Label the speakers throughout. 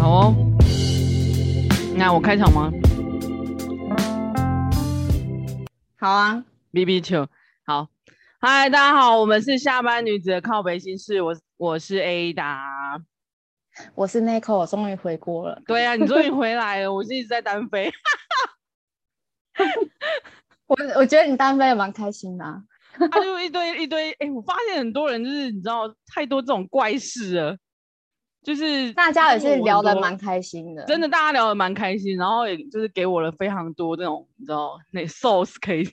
Speaker 1: 哦我开场吗
Speaker 2: 好啊，
Speaker 1: ？B B 球，好，嗨，大家好，我们是下班女子的靠北心事，我我是 A 达。
Speaker 2: 我是 Nico，我终于回国了。
Speaker 1: 对啊，你终于回来了，我是一直在单飞。
Speaker 2: 我我觉得你单飞也蛮开心的、啊，
Speaker 1: 他就一堆一堆，哎、我发现很多人就是你知道太多这种怪事了，就是
Speaker 2: 大家也
Speaker 1: 就是我
Speaker 2: 聊得
Speaker 1: 很多
Speaker 2: 蛮开心的，
Speaker 1: 真的，大家聊得蛮开心，然后也就是给我了非常多这种你知道那 source 可以。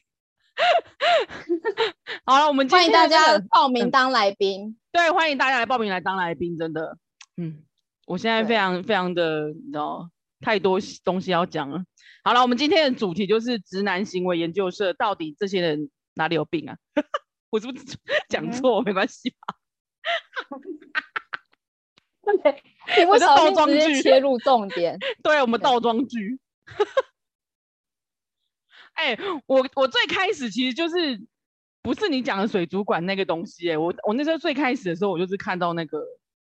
Speaker 1: 好了，我们今
Speaker 2: 欢迎
Speaker 1: 天
Speaker 2: 大
Speaker 1: 的这
Speaker 2: 家
Speaker 1: 个
Speaker 2: 报名当来宾。
Speaker 1: 对，欢迎大家来报名来当来宾，真的，嗯，我现在非
Speaker 2: 对
Speaker 1: 常非常的，你知道，太多西东西要讲了。好了，我们今天的主题就是直男行为研究社，到底这些人哪里有病啊？ 我是不是讲
Speaker 2: 嗯哼
Speaker 1: 错？没关系吧，
Speaker 2: 你为
Speaker 1: 我
Speaker 2: 什
Speaker 1: 在
Speaker 2: 么
Speaker 1: 倒
Speaker 2: 不
Speaker 1: 装
Speaker 2: 直接
Speaker 1: 句
Speaker 2: 切入重 点？
Speaker 1: 对我们
Speaker 2: 对
Speaker 1: 倒装句。 哎、我我最开始其实就是不是你讲的水族馆那个东西、哎，我我那时候最开始的时候，我就是看到那个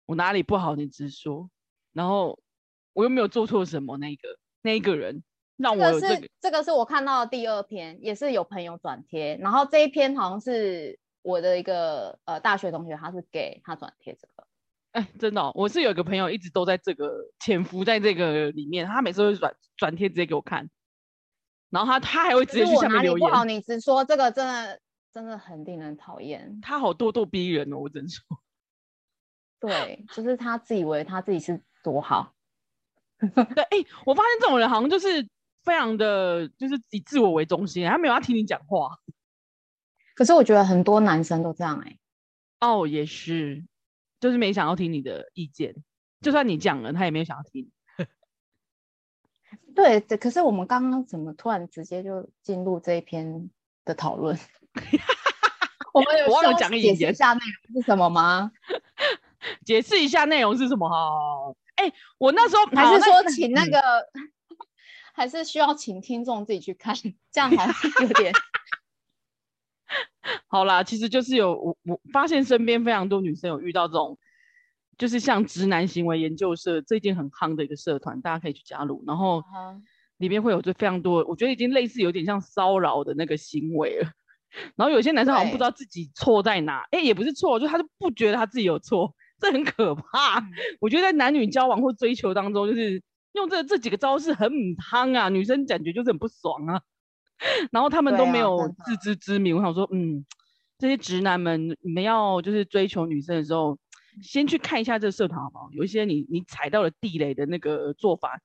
Speaker 1: 我哪里不好你直说，然后我又没有做错什么，那个那一个人让我有
Speaker 2: 这
Speaker 1: 这
Speaker 2: 个
Speaker 1: 个
Speaker 2: 是这个是我看到的第二篇，也是有朋友转贴，然后这一篇好像是我的一个呃大学同学，他是给他转贴这个，
Speaker 1: 哎、真的哦、我是有一个朋友一直都在这个潜伏在这个里面，他每次会转转贴直接给我看，然后他他还会直接
Speaker 2: 就
Speaker 1: 去
Speaker 2: 是我
Speaker 1: 下
Speaker 2: 哪
Speaker 1: 面
Speaker 2: 里
Speaker 1: 留
Speaker 2: 不
Speaker 1: 言，
Speaker 2: 好，你直说，这个真的真的很令人讨厌。
Speaker 1: 他好咄咄逼人哦，我只能说。
Speaker 2: 对，就是他自以为他自己是多好，
Speaker 1: 对，哎、我发现这种人好像就是非常的，就是以自我为中心，他没有要听你讲话。
Speaker 2: 可是我觉得很多男生都这样哎、
Speaker 1: 哦，也是，就是没想要听你的意见，就算你讲了，他也没有想要听。
Speaker 2: 对，这可是我们刚刚怎么突然直接就进入这一篇的讨 论？我们有
Speaker 1: 我忘了
Speaker 2: 需要
Speaker 1: 讲
Speaker 2: 解
Speaker 1: 引
Speaker 2: 释一
Speaker 1: 言
Speaker 2: 下内容是什么吗？
Speaker 1: 解释一下内容是什么？好，哎、我那时候
Speaker 2: 还
Speaker 1: 好
Speaker 2: 是
Speaker 1: 那
Speaker 2: 说请那
Speaker 1: 嗯
Speaker 2: 个？还是需要请听众自己去看，这样好像有 点
Speaker 1: 好啦，其实就是有我我发现身边非常多女生有遇到这种，就是像直男行为研究社最近很夯的一个社团，大家可以去加入，然后
Speaker 2: 啊哈
Speaker 1: 里面会有这非常多，我觉得已经类似有点像骚扰的那个行为了。然后有些男生好像不
Speaker 2: 对
Speaker 1: 知道自己错在哪，哎，也不是错，就他就不觉得他自己有错，这很可怕。
Speaker 2: 嗯
Speaker 1: 我觉得在男女交往或追求当中，就是用这这几个招式很母汤啊，女生感觉就是很不爽啊。 然后他们
Speaker 2: 对
Speaker 1: 都没
Speaker 2: 啊
Speaker 1: 有
Speaker 2: 真
Speaker 1: 自知之明，我想说，嗯，这些直男们，你们要就是追求女生的时候，先去看一下这个社团好不好？有一些你你踩到了地雷的那个做法，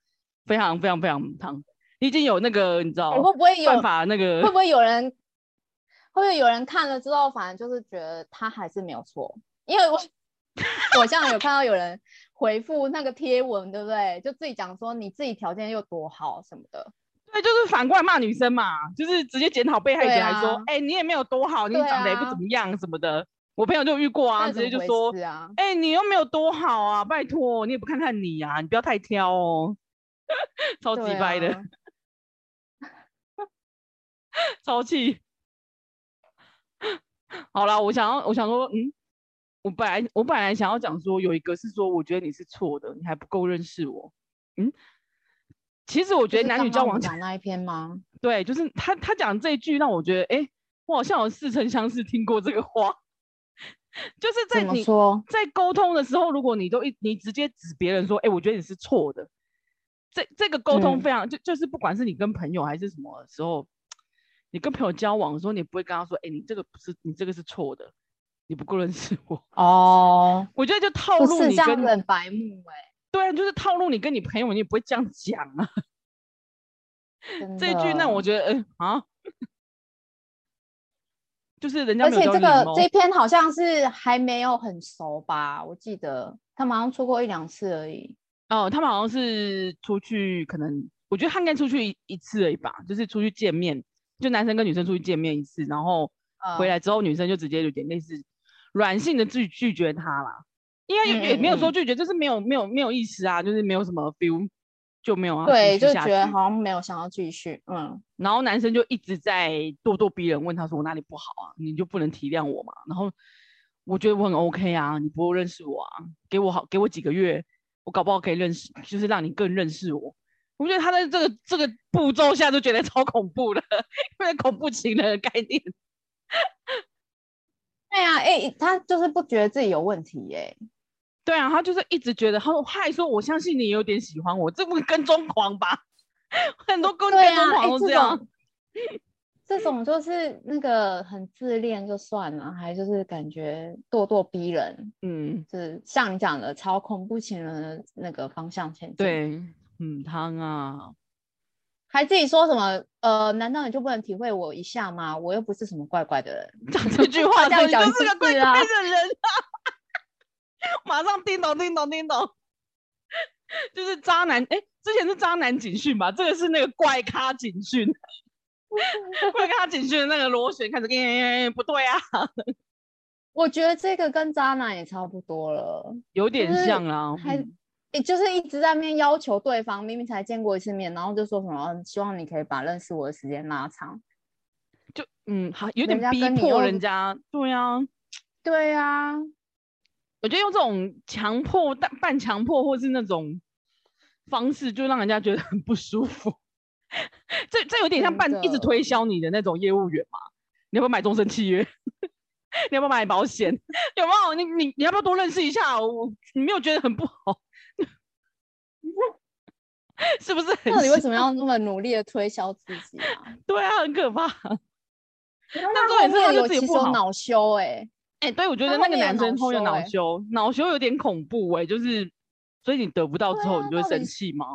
Speaker 1: 非常非常非常母汤。你已经有那个你知道
Speaker 2: 哎会不会有
Speaker 1: 办法那个
Speaker 2: 会不会有人会不会有人看了之后，反正就是觉得他还是没有错？因为我我像有看到有人回复那个贴文，对不对？就自己讲说你自己条件又多好什么的，
Speaker 1: 对，就是反过来骂女生嘛，就是直接检讨被害者，
Speaker 2: 对
Speaker 1: 还说
Speaker 2: 啊：“
Speaker 1: 哎、你也没有多好，你
Speaker 2: 对
Speaker 1: 长得也不
Speaker 2: 啊
Speaker 1: 怎么样什么的。我朋友就遇过啊，
Speaker 2: 那
Speaker 1: 直
Speaker 2: 怎
Speaker 1: 接就
Speaker 2: 么回
Speaker 1: 说
Speaker 2: 事：“啊，
Speaker 1: 哎、你又没有多好啊，拜托，你也不看看你啊，你不要太挑哦。” 超级
Speaker 2: 对
Speaker 1: 掰的，
Speaker 2: 啊
Speaker 1: 超气。好啦，我想要，我想说，嗯，我本来我本来想要讲说，有一个是说，我觉得你是错的，你还不够认识我。嗯，其实我
Speaker 2: 就
Speaker 1: 觉
Speaker 2: 是
Speaker 1: 得男
Speaker 2: 刚
Speaker 1: 女
Speaker 2: 刚
Speaker 1: 交
Speaker 2: 我
Speaker 1: 往
Speaker 2: 们讲那一篇吗？
Speaker 1: 对，就是他他讲这一句让我觉得，哎、我好像有似曾相识听过这个话， 就是 在
Speaker 2: 怎么
Speaker 1: 你
Speaker 2: 说？
Speaker 1: 在沟通的时候，如果你都一你直接指别人说，哎、我觉得你是错的，这这个沟通
Speaker 2: 嗯
Speaker 1: 非常、就就是不管是你跟朋友还是什么时候，你跟朋友交往的时候，你不会跟他说，哎、你这个不是你这个是错的，你不够认识我，
Speaker 2: 哦，
Speaker 1: 我觉得就套
Speaker 2: 不
Speaker 1: 路
Speaker 2: 是
Speaker 1: 你
Speaker 2: 这样
Speaker 1: 跟
Speaker 2: 子很白目哎、
Speaker 1: 对啊，就是套路你跟你朋友，你也不会这样讲啊。
Speaker 2: 真
Speaker 1: 这一句让我
Speaker 2: 的
Speaker 1: 觉得，呃、啊，就是人家
Speaker 2: 而
Speaker 1: 没有教
Speaker 2: 且这
Speaker 1: 你哦礼
Speaker 2: 个
Speaker 1: 貌
Speaker 2: 这一篇好像是还没有很熟吧？我记得他们好像出过一两次而已。
Speaker 1: 哦，他们好像是出去，可能我觉得他应该出去一一次而已吧，就是出去见面，就男生跟女生出去见面一次，然后回
Speaker 2: 嗯
Speaker 1: 来之后，女生就直接有点类似软性的拒拒绝他啦，因为也也没有
Speaker 2: 嗯
Speaker 1: 说
Speaker 2: 嗯
Speaker 1: 拒绝，就是没有没有没有意思啊，就是没有什么 feel，就没有要
Speaker 2: 对，
Speaker 1: 继续
Speaker 2: 就
Speaker 1: 下
Speaker 2: 觉得
Speaker 1: 去
Speaker 2: 好像没有想要继续。嗯，
Speaker 1: 然后男生就一直在咄咄逼人，问他说我哪里不好啊？你就不能体谅我嘛？然后我觉得我很 OK 啊，你不认识我啊，给我好，给我几个月，我搞不好可以认识，就是让你更认识我。我觉得他在这个这个步骤下就觉得超恐怖了， 因为恐怖情人的概念。
Speaker 2: 对呀、啊，哎、他就是不觉得自己有问题耶、
Speaker 1: 对啊，他就是一直觉得，他他还说我相信你有点喜欢我，这不是跟踪狂吧？ 很多跟哦
Speaker 2: 对
Speaker 1: 跟踪
Speaker 2: 呀、哎
Speaker 1: 狂都这样。
Speaker 2: 种这种就是那个很自恋就算了，还就是感觉咄咄逼人，
Speaker 1: 嗯，
Speaker 2: 就是像你讲的朝恐怖情人的那个方向前进。，
Speaker 1: 对，嗯，汤啊，
Speaker 2: 还自己说什么呃，难道你就不能体会我一下吗？我又不是什么怪怪的人。
Speaker 1: 讲这句话
Speaker 2: 这
Speaker 1: 的时候，
Speaker 2: 样
Speaker 1: 你
Speaker 2: 讲
Speaker 1: 就是
Speaker 2: 是
Speaker 1: 个
Speaker 2: 不
Speaker 1: 怪
Speaker 2: 是
Speaker 1: 怪
Speaker 2: 啊
Speaker 1: 的人啊！ 马上叮咚叮咚叮咚， 就是渣男。哎、之前是渣男警讯吧？这个是那个怪咖警讯， 怪咖警讯的那个螺旋开始， 欸、不对啊，
Speaker 2: 我觉得这个跟渣男也差不多了，
Speaker 1: 有点
Speaker 2: 是
Speaker 1: 像啦。
Speaker 2: 还
Speaker 1: 嗯
Speaker 2: 也就是一直在那边要求对方，明明才见过一次面，然后就说什么、嗯希望你可以把认识我的时间拉长。
Speaker 1: 就嗯，好，有
Speaker 2: 人
Speaker 1: 点
Speaker 2: 家
Speaker 1: 逼
Speaker 2: 跟你
Speaker 1: 迫
Speaker 2: 又
Speaker 1: 人家。对啊，
Speaker 2: 对啊，
Speaker 1: 我觉得用这种强迫、半半强迫或是那种方式，就让人家觉得很不舒服。 这这有点像
Speaker 2: 真
Speaker 1: 半一直
Speaker 2: 的
Speaker 1: 推销你的那种业务员嘛？你要不要买终身契约？ 你要不要买保险？有没有？你你你要不要多认识一下？我你没有觉得很不好？ 是不是很
Speaker 2: 到底为
Speaker 1: 像
Speaker 2: 什么要那么努力的推销自己 啊？
Speaker 1: 对啊，很可怕。
Speaker 2: 那
Speaker 1: 重点是他就
Speaker 2: 有
Speaker 1: 自己
Speaker 2: 其实
Speaker 1: 不
Speaker 2: 有
Speaker 1: 好
Speaker 2: 恼羞哎、
Speaker 1: 哎、对，我觉
Speaker 2: 他
Speaker 1: 得
Speaker 2: 后
Speaker 1: 那个
Speaker 2: 面有
Speaker 1: 男生
Speaker 2: 恼
Speaker 1: 后面
Speaker 2: 羞
Speaker 1: 恼
Speaker 2: 欸
Speaker 1: 羞，恼羞有点恐怖哎、就是，所以你得不到
Speaker 2: 对
Speaker 1: 之后，
Speaker 2: 啊
Speaker 1: 你就会
Speaker 2: 到
Speaker 1: 生
Speaker 2: 底
Speaker 1: 气吗？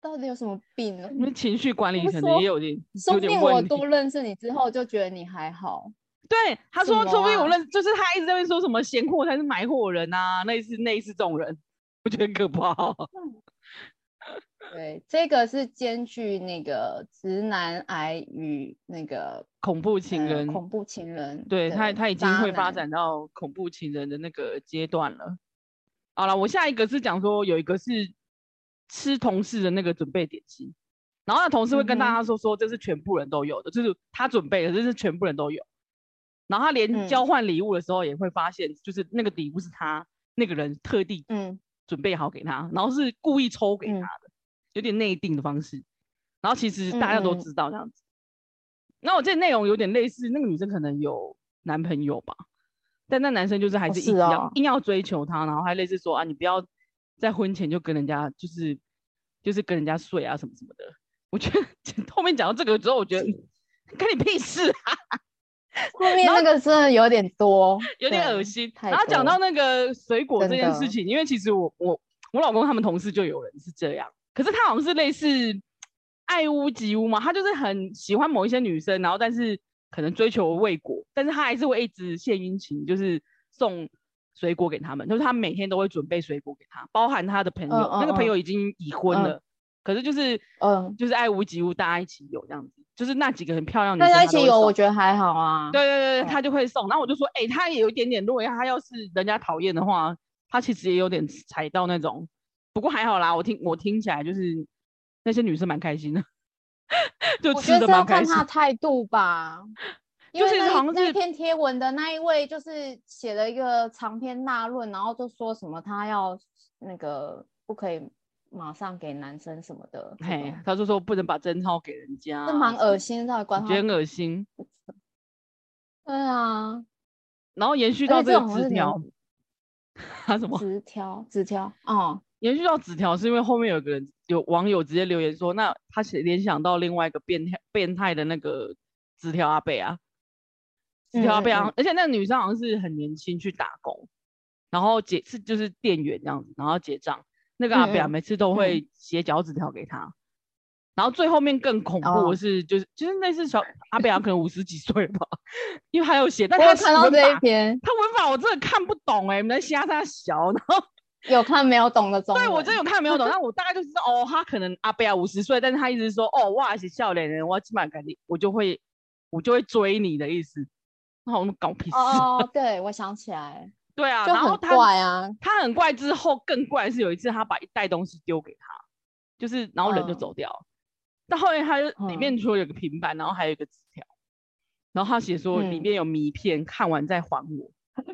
Speaker 2: 到底有什么病呢？
Speaker 1: 那情绪管理
Speaker 2: 么
Speaker 1: 可能也
Speaker 2: 说
Speaker 1: 有点有
Speaker 2: 说不
Speaker 1: 点
Speaker 2: 定我
Speaker 1: 问题。
Speaker 2: 多认识你之后，就觉得你还好。
Speaker 1: 对，他
Speaker 2: 什
Speaker 1: 说，说不定我
Speaker 2: 么啊
Speaker 1: 认，就是他一直在那边说什么闲货才是买货人啊，类似类似这种人，我觉得很可怕。
Speaker 2: 对，这个是兼具那个直男癌与那个
Speaker 1: 哎恐怖情
Speaker 2: 呃
Speaker 1: 人，
Speaker 2: 恐怖情人。
Speaker 1: 对他他已经
Speaker 2: 渣
Speaker 1: 会发
Speaker 2: 男
Speaker 1: 展到恐怖情人的那个阶段了。好了，我下一个是讲说有一个是吃同事的那个准备点心，然后那同事会跟大
Speaker 2: 嗯哼
Speaker 1: 家说说这是全部人都有的，就是他准备的，这是全部人都有。然后他连
Speaker 2: 嗯
Speaker 1: 交换礼物的时候也会发现，就是那个礼物是他那个人特地
Speaker 2: 嗯
Speaker 1: 准备好给他，然后是故意抽给他
Speaker 2: 嗯
Speaker 1: 的，有点内定的方式。然后其实
Speaker 2: 嗯
Speaker 1: 大家都
Speaker 2: 嗯
Speaker 1: 知道这样子。那我这内容有点类似，那个女生可能有男朋友吧，但那男生就是还
Speaker 2: 哦
Speaker 1: 是一
Speaker 2: 是
Speaker 1: 直要、
Speaker 2: 哦
Speaker 1: 硬要追求她，然后还类似说啊，你不要在婚前就跟人家就是就是跟人家睡啊什么什么的。我觉得 后面讲到这个之后，我觉得跟你屁事啊，
Speaker 2: 后面那个真的有点多，
Speaker 1: 有点恶
Speaker 2: 对。啊
Speaker 1: 心。
Speaker 2: 太
Speaker 1: 然后讲
Speaker 2: 多
Speaker 1: 到那个水果这
Speaker 2: 真
Speaker 1: 件事
Speaker 2: 的
Speaker 1: 情，因为其实我我我老公他们同事就有人是这样，可是他好像是类似爱屋及乌嘛，他就是很喜欢某一些女生，然后但是可能追求未果，但是他还是会一直献殷勤，就是送水果给他们，就是他每天都会准备水果给他，包含他的朋友，
Speaker 2: 嗯
Speaker 1: 那个朋
Speaker 2: 嗯嗯
Speaker 1: 友已经已婚
Speaker 2: 嗯
Speaker 1: 了，可是就是
Speaker 2: 嗯，
Speaker 1: 就是爱屋及乌，大家一起有这样子，就是那几个很漂亮嗯的
Speaker 2: 大
Speaker 1: 女生，
Speaker 2: 家一
Speaker 1: 他都会
Speaker 2: 起有，
Speaker 1: 送
Speaker 2: 我觉得还好啊。
Speaker 1: 对对对，
Speaker 2: 嗯
Speaker 1: 他就会送。然后我就说，哎、他也有一点点，如果他要是人家讨厌的话，他其实也有点踩到那种。不过还好啦，我听我听起来就是那些女生蛮开心的， 就
Speaker 2: 我
Speaker 1: 吃
Speaker 2: 觉得
Speaker 1: 的
Speaker 2: 是要
Speaker 1: 蛮开
Speaker 2: 看
Speaker 1: 心
Speaker 2: 他。态度吧。 因
Speaker 1: 就
Speaker 2: 为
Speaker 1: 是
Speaker 2: 那
Speaker 1: 好
Speaker 2: 一
Speaker 1: 像
Speaker 2: 那
Speaker 1: 是
Speaker 2: 一篇贴文的那一位，就是写了一个长篇大论，然后就说什么他要那个不可以马上给男生什么的，这
Speaker 1: 嘿
Speaker 2: 种，
Speaker 1: 他就说不能把贞操给人家，
Speaker 2: 这蛮恶，心的，
Speaker 1: 我
Speaker 2: 管
Speaker 1: 觉得
Speaker 2: 他。
Speaker 1: 很恶心。
Speaker 2: 对啊，
Speaker 1: 然后延续
Speaker 2: 而
Speaker 1: 到这
Speaker 2: 且
Speaker 1: 个
Speaker 2: 种好
Speaker 1: 纸
Speaker 2: 像是
Speaker 1: 条
Speaker 2: 连，
Speaker 1: 他什么？
Speaker 2: 直条直条哦，
Speaker 1: 延续到纸条是因为后面有个人有网友直接留言说，那他写联想到另外一个变态变态的那个纸条阿贝啊，纸条阿贝啊，
Speaker 2: 嗯嗯
Speaker 1: 而且那个女生好像是很年轻去打工，然后结是就是店员这样子，然后结账，那个阿贝啊
Speaker 2: 嗯嗯
Speaker 1: 每次都会写脚纸条给他，然后最后面更恐怖
Speaker 2: 哦
Speaker 1: 的是就是就是那是小阿贝啊可能五十几岁吧， 因为还有写，但
Speaker 2: 我
Speaker 1: 他
Speaker 2: 有看到
Speaker 1: 文
Speaker 2: 这一
Speaker 1: 法
Speaker 2: 篇，
Speaker 1: 他文法我真的看不懂哎、欸，你们在瞎他小，然后。
Speaker 2: 有看没有懂的中文。
Speaker 1: 对我真的有看没有懂，但我大概就知道哦，他可能阿贝啊五十岁，但是他一直说哦，哇是笑脸人，我起码肯定我就会我就会追你的意思。那我们搞屁事？
Speaker 2: 哦哦，对我想起来，
Speaker 1: 对啊，
Speaker 2: 就
Speaker 1: 然后
Speaker 2: 很
Speaker 1: 他
Speaker 2: 怪啊，
Speaker 1: 他很怪，之后更怪的是有一次他把一袋东西丢给他，就是然后人就
Speaker 2: 嗯
Speaker 1: 走掉了。到后面他就里
Speaker 2: 嗯
Speaker 1: 面除了有个平板，然后还有一个纸条，然后他写说里
Speaker 2: 嗯
Speaker 1: 面有迷片，看完再还我。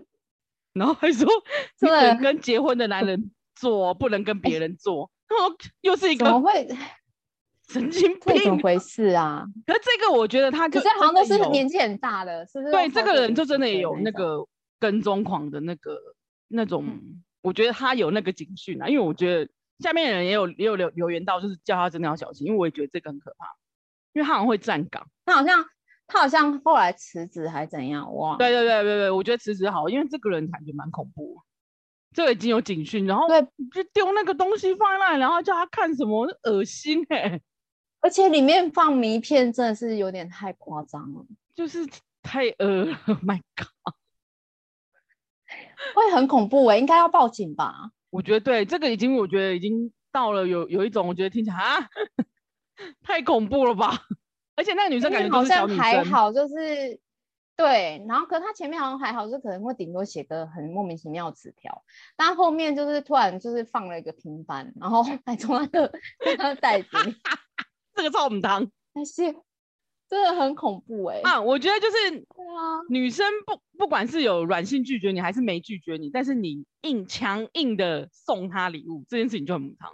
Speaker 1: 然后还说你只
Speaker 2: 真
Speaker 1: 能
Speaker 2: 的
Speaker 1: 哦跟结婚的男人做，不能跟别人做。然后又是一
Speaker 2: 怎么
Speaker 1: 个
Speaker 2: 会
Speaker 1: 神经
Speaker 2: 这怎么
Speaker 1: 病。
Speaker 2: 回事啊？
Speaker 1: 可是这个我觉得他就
Speaker 2: 可
Speaker 1: 是
Speaker 2: 好像都
Speaker 1: 真
Speaker 2: 是
Speaker 1: 的有
Speaker 2: 年纪很大的，是不是？
Speaker 1: 对这个人就真的
Speaker 2: 也
Speaker 1: 有那个跟踪狂的那个那种，我觉得他有那个警讯啊，因为我觉得下面的人也有也有留留言到，就是叫他真的要小心，因为我也觉得这个很可怕，因为他好像会站岗。
Speaker 2: 他好像他好像后来辞职还怎样？哇，
Speaker 1: 对对对对对，我觉得辞职好，因为这个人感觉蛮恐怖，这个已经有警讯，然后
Speaker 2: 对
Speaker 1: 就丢那个东西放在那里，然后叫他看什么，恶心哎、
Speaker 2: 而且里面放名片真的是有点太夸张了，
Speaker 1: 就是太恶了 ，My God！
Speaker 2: 会很恐怖哎、应该要报警吧？
Speaker 1: 我觉得对这个已经，我觉得已经到了有有一种，我觉得听起来啊，太恐怖了吧！而且那个女生
Speaker 2: 因为
Speaker 1: 感觉都
Speaker 2: 哎好
Speaker 1: 是小
Speaker 2: 像
Speaker 1: 女
Speaker 2: 还
Speaker 1: 生，
Speaker 2: 好，就是对，然后可是他前面好像还好，就是可能会顶多写个很莫名其妙的词条，但后面就是突然就是放了一个平板，然后 还从他的他的袋子里，
Speaker 1: 这个超母汤
Speaker 2: 但是真的很恐怖哎、
Speaker 1: 啊！我觉得就是
Speaker 2: 对啊，
Speaker 1: 女生不不管是有软性拒绝你，还是没拒绝你，但是你硬强硬的送她礼物，这件事情就很母汤。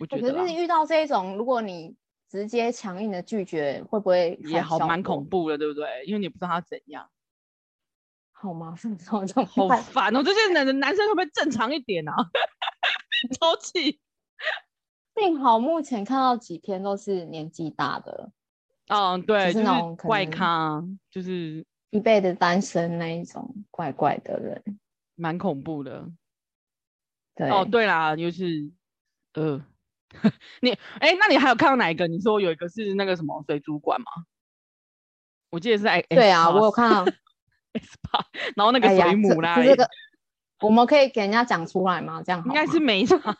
Speaker 1: 我觉
Speaker 2: 欸
Speaker 1: 得
Speaker 2: 可
Speaker 1: 啦
Speaker 2: 是遇到这一种，如果你直接强硬的拒绝，会不会
Speaker 1: 也
Speaker 2: 反
Speaker 1: 好
Speaker 2: 效
Speaker 1: 蛮
Speaker 2: 果
Speaker 1: 恐怖的，对不对？因为你不知道她怎样，
Speaker 2: 好麻烦，这种
Speaker 1: 好烦哦！这些男男生会不会正常一点啊？ 超气
Speaker 2: 幸好目前看到几篇都是年纪大的
Speaker 1: 嗯，对，就
Speaker 2: 就
Speaker 1: 是
Speaker 2: 那种可
Speaker 1: 怪
Speaker 2: 能
Speaker 1: 咖，就是
Speaker 2: 一辈的单身那一种怪怪的人，
Speaker 1: 蛮恐怖的。
Speaker 2: 对，
Speaker 1: 哦，对啦，就是呃， 你哎、那你还有看到哪一个？你说有一个是那个什么水主管吗？我记得是 S
Speaker 2: 对 啊，我有看到，
Speaker 1: S 吧，然哎后那个
Speaker 2: 哎呀，
Speaker 1: 水母
Speaker 2: 这
Speaker 1: 啦，
Speaker 2: 这
Speaker 1: 也
Speaker 2: 个我们可以给人家讲出来吗？这样好
Speaker 1: 应
Speaker 2: 吗
Speaker 1: 该是没差。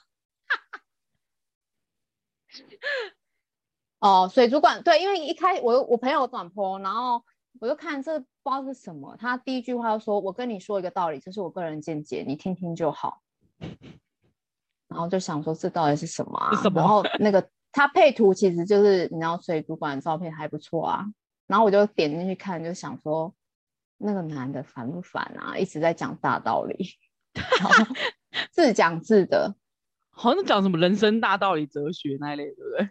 Speaker 2: 哦，水族馆对，因为一开我我朋友转播，然后我就看这不知道是什么，他第一句话就说：“我跟你说一个道理，这是我个人见解，你听听就好。”然后就想说这到底是什么啊？
Speaker 1: 是什么
Speaker 2: 然后那个他配图其实就是你知道水族馆的照片还不错啊，然后我就点进去看，就想说那个男的烦不烦啊？一直在讲大道理， 然后自讲自的。
Speaker 1: 好像讲什么人生大道理、哲学那一类，对不对？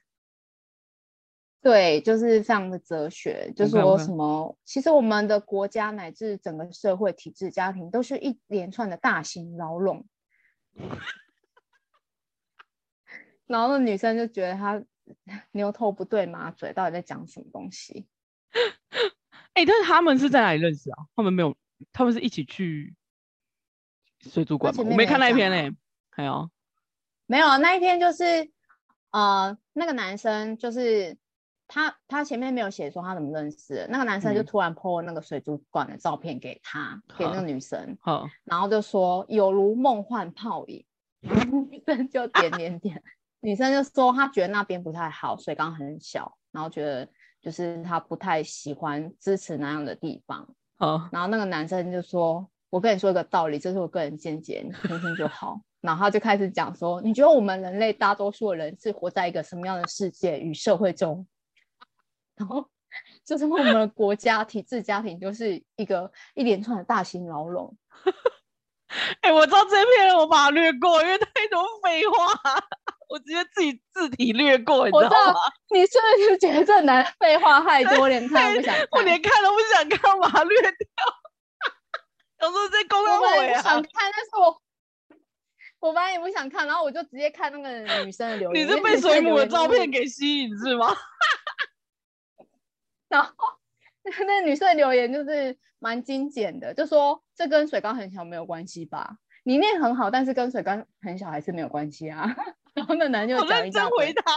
Speaker 2: 对，就是非常的哲学，就
Speaker 1: 我看我
Speaker 2: 说
Speaker 1: 看
Speaker 2: 什么，其实我们的国家乃至整个社会体制、家庭都是一连串的大型牢笼。然后那女生就觉得她牛头不对马嘴，到底在讲什么东西？
Speaker 1: 哎、但是他们是在哪里认识啊？他们没有，他们是一起去水族馆吗？
Speaker 2: 前
Speaker 1: 我
Speaker 2: 面
Speaker 1: 没
Speaker 2: 没
Speaker 1: 看
Speaker 2: 有
Speaker 1: 那一
Speaker 2: 讲
Speaker 1: 篇哎
Speaker 2: 啊
Speaker 1: 嘞、还有
Speaker 2: 没有啊，那一天就是，呃，那个男生就是他，他前面没有写说他怎么认识的，那个男生就
Speaker 1: 嗯
Speaker 2: 突然 po 那个水族馆的照片给他，给那
Speaker 1: 好
Speaker 2: 个女生，
Speaker 1: 好，
Speaker 2: 然后就说有如梦幻泡影，然后女生就点点点，女生就说她觉得那边不太好，水缸很小，然后觉得就是她不太喜欢支持那样的地方，
Speaker 1: 好，
Speaker 2: 然后那个男生就说：“我跟你说一个道理，这是我个人见解，你听听就好。”然后他就开始讲说：“你觉得我们人类大多数的人是活在一个什么样的世界与社会中？”然后 就是我们的国家体制家庭就是一个一连串的大型牢笼。
Speaker 1: 哎、我知道这篇了，我把它略过，因为太多废话，我直接自己字体略过，你
Speaker 2: 我
Speaker 1: 知
Speaker 2: 知
Speaker 1: 道
Speaker 2: 道
Speaker 1: 吗？
Speaker 2: 你是不是觉得这男的废话太 多，连看都不想
Speaker 1: 我
Speaker 2: 看？
Speaker 1: 连看都不想看，把它略掉。我说这公啊
Speaker 2: 我
Speaker 1: 告
Speaker 2: 本来
Speaker 1: 我
Speaker 2: 也不
Speaker 1: 呀，
Speaker 2: 想看，但是我我本来也不想看，然后我就直接看那个女生的留
Speaker 1: 你
Speaker 2: 言。
Speaker 1: 是
Speaker 2: 因为
Speaker 1: 被
Speaker 2: 女生
Speaker 1: 水母
Speaker 2: 留
Speaker 1: 的
Speaker 2: 言就
Speaker 1: 照
Speaker 2: 是
Speaker 1: 片给吸引是吗？
Speaker 2: 然后 那女生的留言就是蛮精简的，就说这跟水缸很小没有关系吧？你念很好，但是跟水缸很小还是没有关系啊。 然后那男就
Speaker 1: 我
Speaker 2: 讲一
Speaker 1: 认
Speaker 2: 大
Speaker 1: 真回
Speaker 2: 堆，
Speaker 1: 答，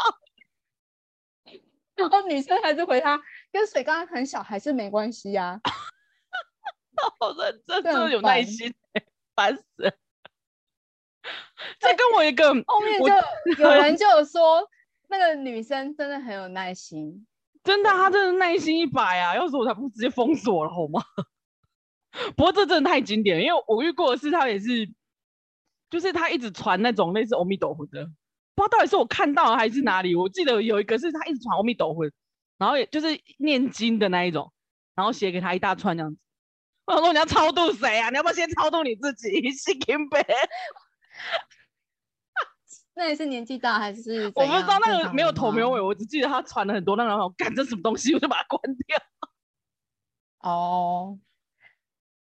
Speaker 2: 然后女生还是回他跟水缸很小还是没关系啊。
Speaker 1: 我认真，
Speaker 2: 这
Speaker 1: 真的
Speaker 2: 很
Speaker 1: 有耐
Speaker 2: 烦
Speaker 1: 心、欸烦死了。这跟我一个
Speaker 2: 后面
Speaker 1: 我
Speaker 2: 就 有人就有说那个女生真的很有耐心，
Speaker 1: 真的，他真的耐心一百啊！要是我才不直接封锁了，好吗？ 不过这真的太经典了，因为我遇过的是他也是，就是他一直传那种类似阿弥陀佛的，不知道到底是我看到了还是哪里。我记得有一个是他一直传阿弥陀佛，然后也就是念经的那一种，然后写给他一大串这样子。我想说你要超度 谁啊？你要不要先超度你自己？是 k i m b
Speaker 2: 那那也是年纪大还是
Speaker 1: 我不
Speaker 2: 怎
Speaker 1: 知
Speaker 2: 样
Speaker 1: 道那
Speaker 2: 正
Speaker 1: 个
Speaker 2: 常
Speaker 1: 没有
Speaker 2: 人
Speaker 1: 头没有
Speaker 2: 吗
Speaker 1: 尾，我只记得他传了很多，那然后干这什么东西，我就把它关掉。
Speaker 2: 哦。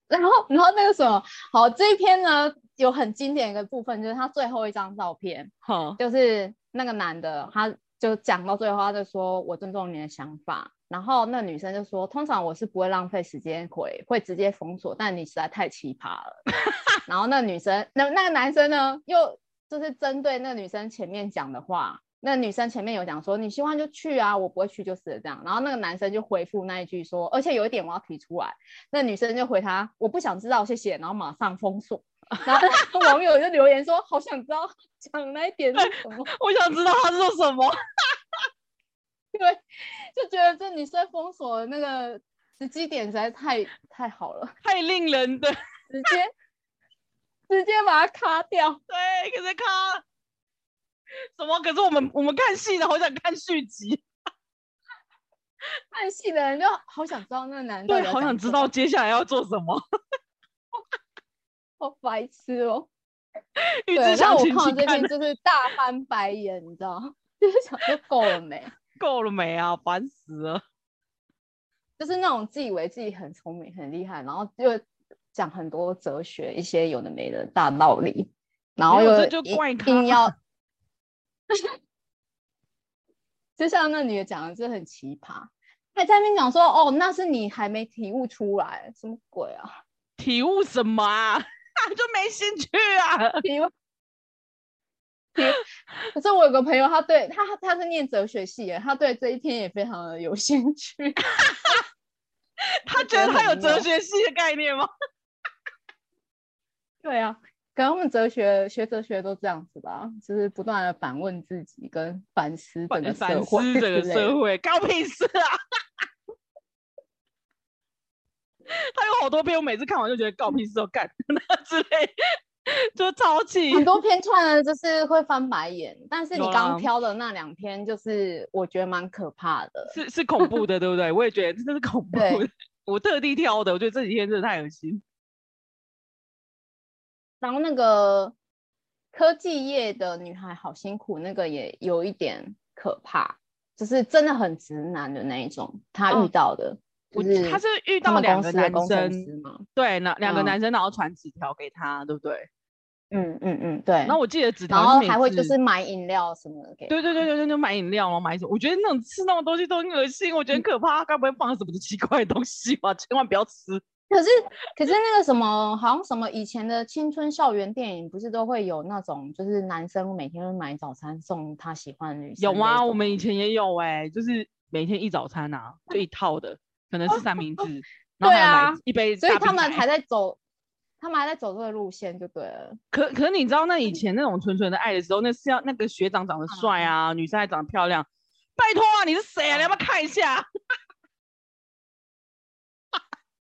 Speaker 2: 然后，然后那个什么，好，这一篇呢有很经典一个部分，就是他最后一张照片，
Speaker 1: 好，
Speaker 2: 就是那个男的，他就讲到最后，他就说我尊重你的想法。然后那女生就说，通常我是不会浪费时间回，会直接封锁，但你实在太奇葩了。然后那女生，那那个男生呢，又就是针对那女生前面讲的话，那女生前面有讲说你喜欢就去啊，我不会去就是了这样。然后那个男生就回复那一句说，而且有一点我要提出来，那女生就回他我不想知道，谢谢，然后马上封锁。然后 那个网友就留言说，好想知道讲的那一点是什么。
Speaker 1: 我想知道他是做什么。
Speaker 2: 对， 就觉得这女生封锁的那个时机点实在太太好了，
Speaker 1: 太令人的
Speaker 2: 直接直接把它卡掉。
Speaker 1: 对，可是他什么？可是我们我们看戏的，好想看续集，
Speaker 2: 看戏的人就好想知道那个男的到
Speaker 1: 对
Speaker 2: 底，在
Speaker 1: 好想
Speaker 2: 讲
Speaker 1: 知
Speaker 2: 什
Speaker 1: 道
Speaker 2: 么，
Speaker 1: 接下来要做什么。
Speaker 2: 好白痴哦。
Speaker 1: 预 知
Speaker 2: 对，然
Speaker 1: 详
Speaker 2: 后我
Speaker 1: 情，
Speaker 2: 看到
Speaker 1: 请
Speaker 2: 这
Speaker 1: 看
Speaker 2: 边就是大翻白眼，你知道吗， 就是想说够了没？
Speaker 1: 够了没啊？烦死了！
Speaker 2: 就是那种自以为自己很聪明、很厉害，然后又讲很多哲学一些有的没的大道理，然后
Speaker 1: 没
Speaker 2: 又
Speaker 1: 有这就
Speaker 2: 硬
Speaker 1: 怪咖
Speaker 2: 硬 要，就像那女的讲的，就很奇葩。还在那边讲说，哦，那是你还没体悟出来，什么鬼啊？
Speaker 1: 体悟什么啊？ 就没兴趣啊！
Speaker 2: 体悟，体悟。可是我有个朋友，他对他他是念哲学系的，他对这一篇也非常的有兴趣。
Speaker 1: 他
Speaker 2: 就
Speaker 1: 觉得
Speaker 2: 觉得
Speaker 1: 他有
Speaker 2: 很
Speaker 1: 哲
Speaker 2: 妙
Speaker 1: 学系的概念吗？
Speaker 2: 对啊，可能我们哲学学哲学都这样子吧，就是不断的反问自己，跟反思整个社
Speaker 1: 反
Speaker 2: 会
Speaker 1: 思整个
Speaker 2: 之类的
Speaker 1: 社会，干我屁事啊！ 他有好多篇，我每次看完就觉得告屁事都干 之类，就超气。
Speaker 2: 很多篇串呢，就是会翻白眼，但是你
Speaker 1: 有
Speaker 2: 刚
Speaker 1: 啦
Speaker 2: 挑的那两篇，就是我觉得蛮可怕 的。
Speaker 1: 是是恐怖的，对不对？我也觉得这是恐怖
Speaker 2: 对
Speaker 1: 的。 我特地挑的，我觉得这几天真的太恶心。
Speaker 2: 然后那个科技业的女孩好辛苦，那个也有一点可怕，就是真的很直男的那一种，她
Speaker 1: 哦
Speaker 2: 遇到的，
Speaker 1: 我
Speaker 2: 就是
Speaker 1: 他是遇
Speaker 2: 他
Speaker 1: 到
Speaker 2: 们
Speaker 1: 两
Speaker 2: 公
Speaker 1: 个
Speaker 2: 司的
Speaker 1: 男
Speaker 2: 工程
Speaker 1: 生，
Speaker 2: 师嘛，
Speaker 1: 对，那两个
Speaker 2: 嗯
Speaker 1: 男生，然后传纸条给他，对不对？
Speaker 2: 嗯嗯嗯，对。
Speaker 1: 然后我记得纸条
Speaker 2: 然
Speaker 1: 是
Speaker 2: 后
Speaker 1: 每
Speaker 2: 还会就
Speaker 1: 次
Speaker 2: 是买饮料什么的给
Speaker 1: 对对对对对，就买饮料嘛，买什么？我觉得那种吃那种东西都很恶心，我觉得很可怕。该不会放什么奇怪的东西吧？ 千万不要吃。
Speaker 2: 可是可是那个什么，好像什么以前的青春校园电影，不是都会有那种，就是男生每天会买早餐送他喜欢的女生
Speaker 1: 有
Speaker 2: 那
Speaker 1: 啊，
Speaker 2: 种
Speaker 1: 我们以前也有哎、就是每天一早餐啊，就一套的，可能是三明治， 然后还
Speaker 2: 对啊
Speaker 1: 有买一杯大冰
Speaker 2: 所以
Speaker 1: 奶。
Speaker 2: 他们还在走，他们还在走这个路线就对了。
Speaker 1: 可可你知道
Speaker 2: 嗯
Speaker 1: 那以前那种纯纯的爱的时候，那是要那个学长长得帅啊，女生还长得漂亮。拜托啊，你是谁啊？你要不
Speaker 2: 嗯
Speaker 1: 要看一下？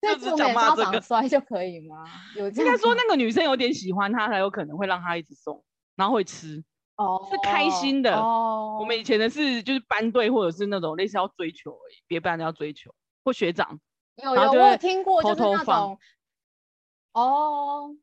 Speaker 2: 所以
Speaker 1: 就只
Speaker 2: 我们
Speaker 1: 讲
Speaker 2: 也
Speaker 1: 骂
Speaker 2: 要
Speaker 1: 这
Speaker 2: 长
Speaker 1: 个
Speaker 2: 帅就可以吗？有这
Speaker 1: 应
Speaker 2: 样
Speaker 1: 该说
Speaker 2: 吗
Speaker 1: 那个女生有点喜欢他，才有可能会让他一直送，然后会吃。
Speaker 2: 哦
Speaker 1: 是开心的
Speaker 2: 哦，
Speaker 1: 我们以前的是就是班队或者是那种类似要追求而已，别班的要追求或学长。
Speaker 2: 有
Speaker 1: 然
Speaker 2: 有
Speaker 1: 后就
Speaker 2: 我
Speaker 1: 会
Speaker 2: 有听过，就
Speaker 1: 偷
Speaker 2: 是
Speaker 1: 偷
Speaker 2: 那
Speaker 1: 放
Speaker 2: 种哦，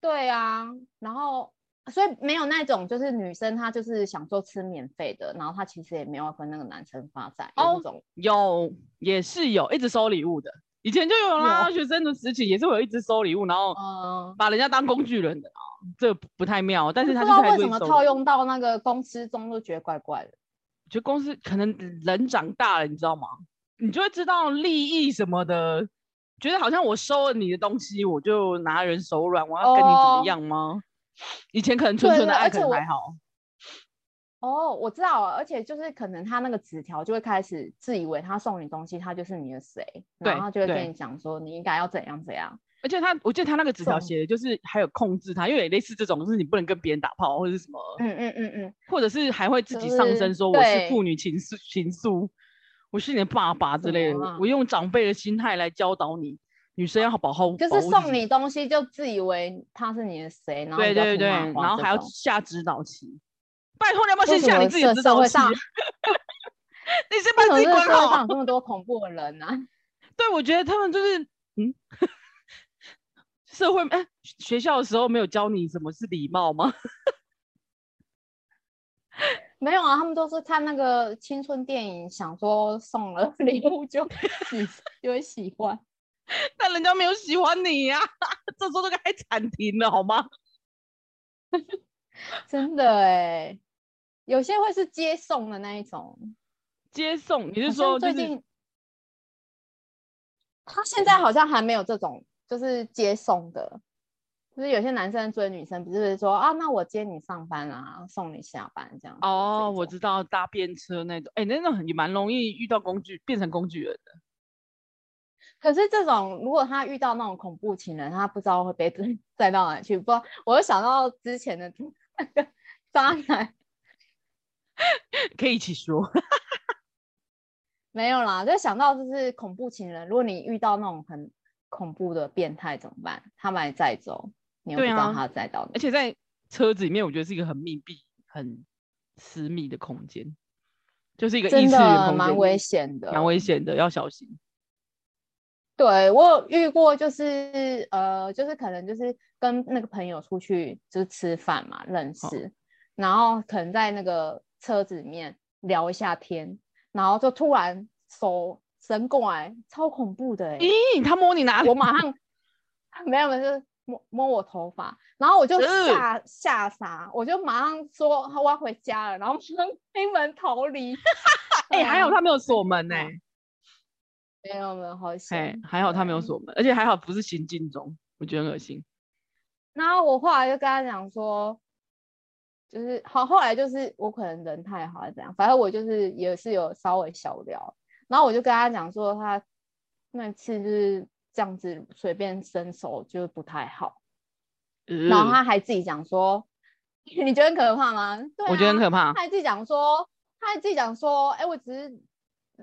Speaker 2: 对啊，然后所以没有那种就是女生她就是想说吃免费的，然后她其实也没有跟那个男生发展有
Speaker 1: 哦
Speaker 2: 那种
Speaker 1: 有也是有一直收礼物的，以前就有啦。学生的时期也是会有一直收礼物，然后
Speaker 2: 嗯，
Speaker 1: 把人家当工具人的啊，这不不太妙。但
Speaker 2: 不
Speaker 1: 是他
Speaker 2: 知道
Speaker 1: 就是还
Speaker 2: 为
Speaker 1: 是会
Speaker 2: 什么
Speaker 1: 收
Speaker 2: 套
Speaker 1: 礼物
Speaker 2: 用到那个公司中都觉得怪怪的。
Speaker 1: 我觉得公司可能人长大了，你知道吗？你就会知道利益什么的，觉得好像我收了你的东西，我就拿人手软，我要跟你怎么
Speaker 2: 哦
Speaker 1: 样吗以前可能纯
Speaker 2: 对
Speaker 1: 纯的
Speaker 2: 对
Speaker 1: 爱
Speaker 2: 而
Speaker 1: 可
Speaker 2: 且
Speaker 1: 能
Speaker 2: 我
Speaker 1: 还好，
Speaker 2: 哦，我知道了，而且就是可能他那个纸条就会开始自以为他送你东西，他就是你的谁，然
Speaker 1: 对
Speaker 2: 后他就会
Speaker 1: 对
Speaker 2: 跟你讲说你应该要怎样怎样。
Speaker 1: 而且他，我记得他那个纸条
Speaker 2: 送
Speaker 1: 写的就是还有控制他，因为也类似这种，就是你不能跟别人打炮或者是什么，
Speaker 2: 嗯嗯嗯嗯，
Speaker 1: 或者是还会自
Speaker 2: 就
Speaker 1: 己上升
Speaker 2: 是
Speaker 1: 说我是
Speaker 2: 对
Speaker 1: 妇女情愫情愫，我是你的爸爸之
Speaker 2: 什
Speaker 1: 类的，我
Speaker 2: 么啊
Speaker 1: 我用长辈的心态来教导你，女生要保护，
Speaker 2: 就
Speaker 1: 保
Speaker 2: 是
Speaker 1: 护自
Speaker 2: 送
Speaker 1: 己
Speaker 2: 你东西就自以为他是你的谁，然后
Speaker 1: 对
Speaker 2: 你就要
Speaker 1: 对
Speaker 2: 听
Speaker 1: 对，
Speaker 2: 他的
Speaker 1: 然
Speaker 2: 话
Speaker 1: 后
Speaker 2: 这
Speaker 1: 还要
Speaker 2: 种
Speaker 1: 下指导期。拜托，你要不要
Speaker 2: 为
Speaker 1: 先
Speaker 2: 什
Speaker 1: 下
Speaker 2: 么
Speaker 1: 你自己的
Speaker 2: 社
Speaker 1: 指
Speaker 2: 社
Speaker 1: 导
Speaker 2: 会
Speaker 1: 期？
Speaker 2: 上
Speaker 1: 你先把
Speaker 2: 为什么
Speaker 1: 自己
Speaker 2: 这个
Speaker 1: 管
Speaker 2: 社会上
Speaker 1: 好。
Speaker 2: 有这么多恐怖的人啊？
Speaker 1: 对，我觉得他们就是嗯， 社会哎，学校的时候没有教你什么是礼貌吗？
Speaker 2: 没有啊，他们都是看那个青春电影，想说送了 礼物就喜就会喜欢。
Speaker 1: 但人家没有喜欢你呀、 这时候都该暂停了好吗？
Speaker 2: 真的哎、有些会是接送的那一种。
Speaker 1: 接送，你
Speaker 2: 好
Speaker 1: 是
Speaker 2: 像
Speaker 1: 说就
Speaker 2: 最
Speaker 1: 是
Speaker 2: 近他现在好像还没有这种就是接送的，就是有些男生追女生不是会说啊，那我接你上班啊，送你下班这样子这
Speaker 1: 哦，我
Speaker 2: 种
Speaker 1: 知道搭便车那种，哎、那种很也蛮容易遇到工具，变成工具人 的。
Speaker 2: 可是这种，如果他遇到那种恐怖情人，他不知道会被 带到哪里去。不，我又想到之前的那个渣男，
Speaker 1: 可以一起说，
Speaker 2: 没有啦，就想到就是恐怖情人。如果你遇到那种很恐怖的变态怎么办？他把你载走，你又不
Speaker 1: 对
Speaker 2: 知道
Speaker 1: 啊
Speaker 2: 他载到
Speaker 1: 而
Speaker 2: 你。
Speaker 1: 且在车子里面，我觉得是一个很密闭、很私密的空间，就是一个异
Speaker 2: 真
Speaker 1: 次元
Speaker 2: 的啊
Speaker 1: 空
Speaker 2: 蛮
Speaker 1: 间
Speaker 2: 危，险的，
Speaker 1: 蛮危险的，要小心。
Speaker 2: 对我有遇过，就是呃，就是可能就是跟那个朋友出去就是吃饭嘛，认
Speaker 1: 好
Speaker 2: 识，然后可能在那个车子里面聊一下天，然后就突然手伸过来，超恐怖的、欸，
Speaker 1: 咦，他摸你哪里
Speaker 2: 我？马上没有没有就是摸摸我头发，然后我就
Speaker 1: 呃。
Speaker 2: 吓吓傻，我就马上说我要回家了，然后马上 开门逃离
Speaker 1: 哎、还好
Speaker 2: 嗯
Speaker 1: 他没有锁门呢、
Speaker 2: 哇没有没有好
Speaker 1: 哎、
Speaker 2: 险。
Speaker 1: 还好他没有
Speaker 2: 对
Speaker 1: 锁门，而且还好不是行进中，我觉得很恶心。
Speaker 2: 然后我后来就跟他讲说，就是好，后来就是我可能人太好还是怎样，反正我就是也是有稍微小聊。然后我就跟他讲说，他那次就是这样子随便伸手就是不太好。然后
Speaker 1: 呃
Speaker 2: 他还自己讲说， 你觉得很可怕吗？对、啊，
Speaker 1: 我觉得很可怕
Speaker 2: 他。还自己讲说，他还自己讲说，哎、我只是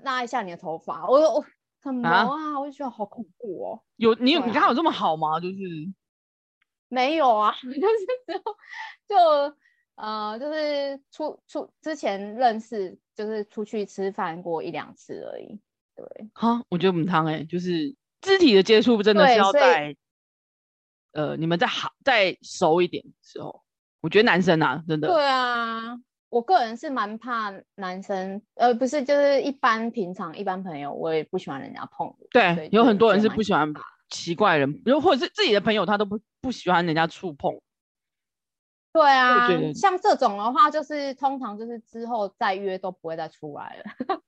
Speaker 2: 拉一下你的头发，我我什么
Speaker 1: 啊
Speaker 2: 啊？我就觉得好恐怖哦。
Speaker 1: 有你有
Speaker 2: 对
Speaker 1: 你刚
Speaker 2: 啊
Speaker 1: 好有这么好吗？就是
Speaker 2: 没有啊， 就是只有就呃，就是出出之前认识，就是出去吃饭过一两次而已。对，
Speaker 1: 哈，我觉得母汤哎，就是肢体的接触真的是
Speaker 2: 对
Speaker 1: 要
Speaker 2: 所以
Speaker 1: 在呃你们在好在熟一点的时候，我觉得男生啊真的
Speaker 2: 对啊，我个人是蛮怕男生，呃，不是，就是一般平常一般朋友，我也不喜欢人家碰我。
Speaker 1: 对
Speaker 2: 对
Speaker 1: 有
Speaker 2: 对
Speaker 1: 很
Speaker 2: 我
Speaker 1: 多
Speaker 2: 觉
Speaker 1: 人
Speaker 2: 得
Speaker 1: 是
Speaker 2: 蛮
Speaker 1: 不喜欢奇怪人，又或者是自己的朋友他都不不喜欢人家触碰。
Speaker 2: 对啊
Speaker 1: 对对，
Speaker 2: 像这种的话，就是通常就是之后再约都不会再出来了，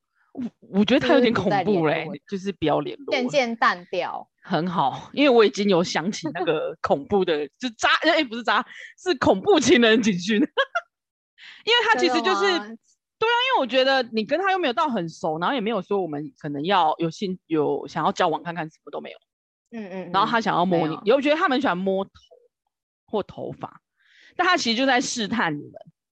Speaker 1: 我觉得他
Speaker 2: 就
Speaker 1: 有
Speaker 2: 是
Speaker 1: 点
Speaker 2: 不
Speaker 1: 恐
Speaker 2: 再联
Speaker 1: 怖
Speaker 2: 络
Speaker 1: 嘞
Speaker 2: 了，
Speaker 1: 就是不要联络
Speaker 2: 渐
Speaker 1: 了。
Speaker 2: 渐淡掉。
Speaker 1: 很好，因为我已经有想起那 个恐怖的，就渣哎、不是渣，是恐怖情人警讯。因 为他其
Speaker 2: 真
Speaker 1: 实
Speaker 2: 的
Speaker 1: 就是，对啊，
Speaker 2: 吗嗯
Speaker 1: 因为我觉得你跟他又没有到很熟，然后也没有说我们可能要有兴有想要交往看看，什么都没有。
Speaker 2: 嗯嗯，
Speaker 1: 然后他
Speaker 2: 嗯
Speaker 1: 想要
Speaker 2: 没
Speaker 1: 摸你，我觉得他们喜欢摸头或头发，但他其实就在试探你们。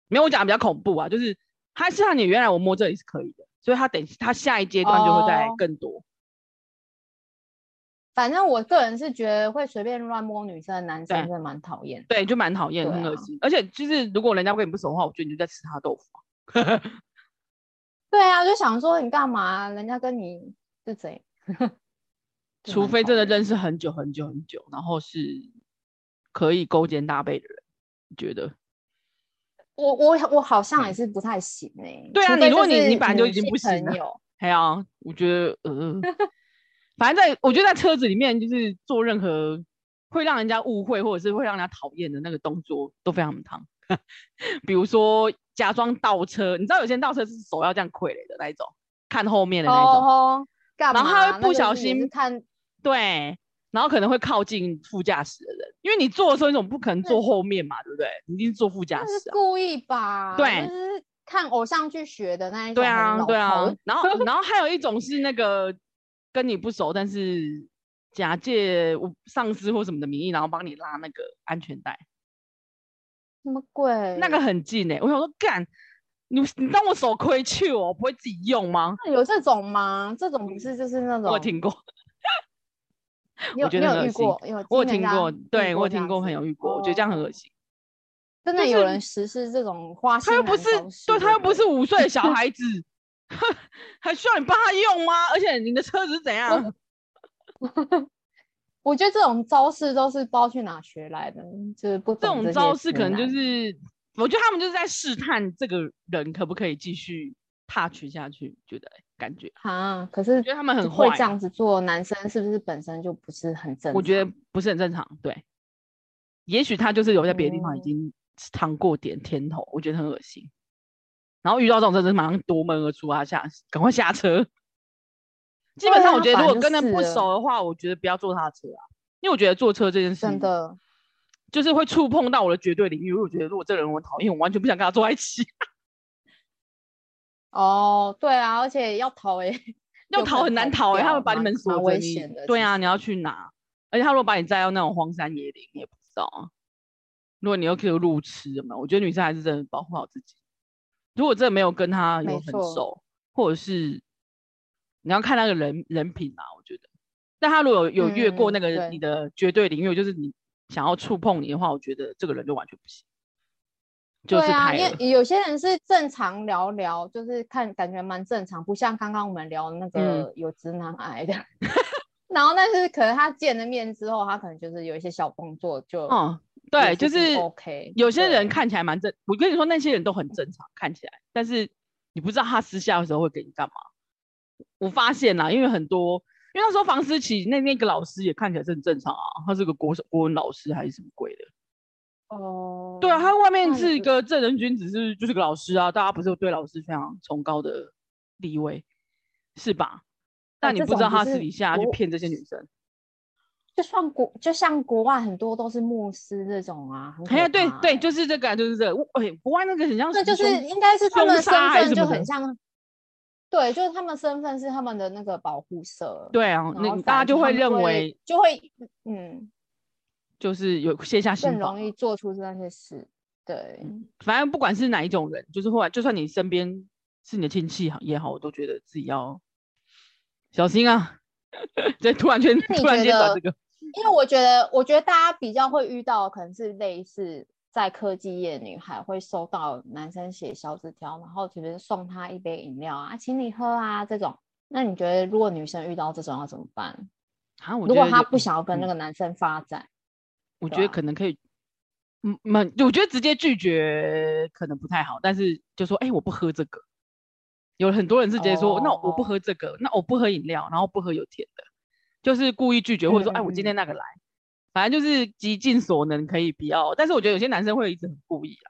Speaker 1: 没有我讲得比较恐怖啊，就是他试探你，原来我摸这里是可以的，所以他等他下一阶段就会再
Speaker 2: 哦
Speaker 1: 更多。
Speaker 2: 反正我个人是觉得会随便乱摸女生的男
Speaker 1: 对
Speaker 2: 生真的蛮讨厌的。
Speaker 1: 对，就蛮讨厌的，
Speaker 2: 对
Speaker 1: 很恶
Speaker 2: 啊
Speaker 1: 心。而且就是如果人家跟你不熟的话，我觉得你就在吃他豆腐啊、
Speaker 2: 对啊，就想说你干嘛？人家跟你是谁？就
Speaker 1: 除
Speaker 2: 蛮
Speaker 1: 非
Speaker 2: 讨
Speaker 1: 真的
Speaker 2: 厌
Speaker 1: 认识很久很久很久，然后是可以勾肩搭背的人，你觉得？
Speaker 2: 我我我好像
Speaker 1: 嗯
Speaker 2: 也是不太行哎、
Speaker 1: 对啊
Speaker 2: 除
Speaker 1: 你
Speaker 2: 非
Speaker 1: 如果
Speaker 2: 就
Speaker 1: 你你
Speaker 2: 是
Speaker 1: 本来就
Speaker 2: 女
Speaker 1: 已经
Speaker 2: 性
Speaker 1: 不行了
Speaker 2: 朋友
Speaker 1: 哎呀、我觉得呃，反正在我觉得在车子里面，就是做任何会让人家误会或者是会让人家讨厌的那个动作都非常烫。 比如说假装倒车，你知道有些人倒车是手要这样傀儡的那一种，看后面的那一种。
Speaker 2: 哦，干嘛？
Speaker 1: 然后他会
Speaker 2: 那
Speaker 1: 不
Speaker 2: 个
Speaker 1: 小
Speaker 2: 是也是
Speaker 1: 心
Speaker 2: 看
Speaker 1: 对，然后可能会靠近副驾驶的人，因为你坐的时候你总不可能坐后面嘛，对不对？你一定是坐副驾
Speaker 2: 那是
Speaker 1: 驶啊。
Speaker 2: 故意吧？
Speaker 1: 对
Speaker 2: 就是看偶像剧学的那一种
Speaker 1: 对
Speaker 2: 很
Speaker 1: 啊，
Speaker 2: 老
Speaker 1: 对
Speaker 2: 套
Speaker 1: 啊
Speaker 2: 的。
Speaker 1: 然后，然后还有一种是那个跟你不熟，但是假借我上司或什么的名义，然后帮你拉那个安全带，
Speaker 2: 什么鬼？
Speaker 1: 那个很近哎、我想说，干，你你当我手亏去哦，不会自己用吗？
Speaker 2: 有这种吗？这种不是就是那种
Speaker 1: 我有听过，
Speaker 2: 你有
Speaker 1: 我觉
Speaker 2: 你
Speaker 1: 得很
Speaker 2: 有
Speaker 1: 恶
Speaker 2: 遇
Speaker 1: 心
Speaker 2: 过？有
Speaker 1: 我有
Speaker 2: 之前
Speaker 1: 听
Speaker 2: 大家
Speaker 1: 过
Speaker 2: 遇，
Speaker 1: 对我有
Speaker 2: 这
Speaker 1: 听
Speaker 2: 样
Speaker 1: 过，
Speaker 2: 子哦
Speaker 1: 朋友遇过，我觉得这样很恶心。
Speaker 2: 真
Speaker 1: 就
Speaker 2: 的有
Speaker 1: 是
Speaker 2: 人实施这种花心
Speaker 1: 他又不
Speaker 2: 男
Speaker 1: 是
Speaker 2: 招式，
Speaker 1: 对他又不
Speaker 2: 对
Speaker 1: 是五岁的小孩 子，还需要你帮他用吗？而且你的车子是怎样？
Speaker 2: 我觉得这种招式都是不知道去哪学来的，就是不
Speaker 1: 这
Speaker 2: 懂
Speaker 1: 种
Speaker 2: 些
Speaker 1: 招式可
Speaker 2: 直
Speaker 1: 能就
Speaker 2: 男
Speaker 1: 是我觉得他们就是在试探这个人可不可以继续 touch 下去，觉得感觉
Speaker 2: 啊，可是
Speaker 1: 我觉得他们很
Speaker 2: 会
Speaker 1: 坏
Speaker 2: 这样子做，男生是不是本身就不是很正常？
Speaker 1: 我觉得不是很正常。对，也许他就是有在别的地方已
Speaker 2: 嗯
Speaker 1: 经尝过点甜头，我觉得很恶心。然后遇到这种真的是马上夺门而出啊，下赶快下车。基本
Speaker 2: 对
Speaker 1: 上
Speaker 2: 啊
Speaker 1: 我觉得
Speaker 2: 反
Speaker 1: 如果
Speaker 2: 正
Speaker 1: 跟他
Speaker 2: 是
Speaker 1: 不
Speaker 2: 了
Speaker 1: 熟的话，我觉得不要坐他的车啊，因为我觉得坐车这件事
Speaker 2: 真的
Speaker 1: 就是会触碰到我的绝对领域。我觉得如果这个人我讨厌，我完全不想跟他坐在一起。
Speaker 2: 哦，对啊，而且要逃诶、
Speaker 1: 要
Speaker 2: 有可
Speaker 1: 逃
Speaker 2: 能
Speaker 1: 很难
Speaker 2: 逃不
Speaker 1: 逃哎、他
Speaker 2: 掉
Speaker 1: 们把你
Speaker 2: 蛮
Speaker 1: 们锁
Speaker 2: 蛮
Speaker 1: 着
Speaker 2: 危
Speaker 1: 你
Speaker 2: 险的
Speaker 1: 对
Speaker 2: 其
Speaker 1: 啊，你要去哪？而且他如果把你载到那种荒山野岭，你也不知道啊。如果你又可以有路痴有没有？我觉得女生还是真的保护好自己。如果真的没有跟他有
Speaker 2: 没
Speaker 1: 很
Speaker 2: 错
Speaker 1: 熟，或者是你要看那个人人品啊，我觉得。但他如果有有越过
Speaker 2: 嗯
Speaker 1: 那个
Speaker 2: 对
Speaker 1: 你的绝对领域，就是你想要触碰你的话，我觉得这个人就完全不行，就是
Speaker 2: 对啊，
Speaker 1: 太
Speaker 2: 因
Speaker 1: 了。
Speaker 2: 为有些人是正常聊聊，就是看感觉蛮正常，不像刚刚我们聊
Speaker 1: 嗯
Speaker 2: 那个有直男癌的。 然后，但是可能他见了面之后，他可能就是有一些小动作就，
Speaker 1: 嗯，对，就
Speaker 2: OK。
Speaker 1: 有些人
Speaker 2: 对
Speaker 1: 看起来蛮正，我跟你说那些人都很正常看起来，但是你不知道他私下的时候会给你干嘛。我发现啦，因为很多，因为那时候房思琪那那个老师也看起来是很正常啊，他是个国手国文老师还是什么鬼的？
Speaker 2: 哦，
Speaker 1: 对啊，他外面
Speaker 2: 那也
Speaker 1: 是一
Speaker 2: 是
Speaker 1: 个正人君子，是就是个老师啊，大家不是对老师非常崇高的地位，是吧？但你
Speaker 2: 啊这
Speaker 1: 不知道
Speaker 2: 种不
Speaker 1: 他私
Speaker 2: 是
Speaker 1: 底下去
Speaker 2: 国
Speaker 1: 骗这些女生，
Speaker 2: 就算国就像国外很多都是牧师这种啊，很可
Speaker 1: 哎呀，对
Speaker 2: 怕
Speaker 1: 对，
Speaker 2: 欸
Speaker 1: 就是这个啊，就是这个，哎，国外那个很像
Speaker 2: 那
Speaker 1: 什
Speaker 2: 就
Speaker 1: 么
Speaker 2: 是
Speaker 1: 凶
Speaker 2: 应该是他
Speaker 1: 凶
Speaker 2: 们的身
Speaker 1: 杀还是什
Speaker 2: 份就
Speaker 1: 么的
Speaker 2: 很像，对，就是他们身份是他们的那个保护色，
Speaker 1: 对啊，
Speaker 2: 然后
Speaker 1: 那
Speaker 2: 反
Speaker 1: 大家
Speaker 2: 而
Speaker 1: 就会
Speaker 2: 他们
Speaker 1: 认为
Speaker 2: 就会嗯
Speaker 1: 就是有卸下心
Speaker 2: 更
Speaker 1: 防
Speaker 2: 容。易做出那些事，对，
Speaker 1: 反正不管是哪一种人，就是后来就算你身边是你的亲戚也好，我都觉得自己要小心啊。 对，突然间
Speaker 2: 那你
Speaker 1: 突然
Speaker 2: 觉
Speaker 1: 间把
Speaker 2: 得
Speaker 1: 这个，
Speaker 2: 因为我觉得我觉得大家比较会遇到可能是类似。在科技业，女孩会收到男生写小纸条，然后其实送她一杯饮料啊，请你喝啊这种。那你觉得，如果女生遇到这种要怎么办？
Speaker 1: 啊，我
Speaker 2: 如
Speaker 1: 觉
Speaker 2: 果
Speaker 1: 得
Speaker 2: 她
Speaker 1: 有
Speaker 2: 不想要跟
Speaker 1: 嗯
Speaker 2: 那个男生发展，
Speaker 1: 我
Speaker 2: 对
Speaker 1: 觉得
Speaker 2: 啊
Speaker 1: 可能可以，嗯，蛮，我觉得直接拒绝可能不太好，但是就说，哎、我不喝这个。有很多人是直接说，那我不
Speaker 2: 哦
Speaker 1: 喝这个，那我不喝饮料，然后不喝有甜的，就是故意拒绝，或者说，哎、我今
Speaker 2: 嗯嗯嗯
Speaker 1: 天那个来，反正就是极尽所能可以不要。但是我觉得有些男生会一直很故意啊，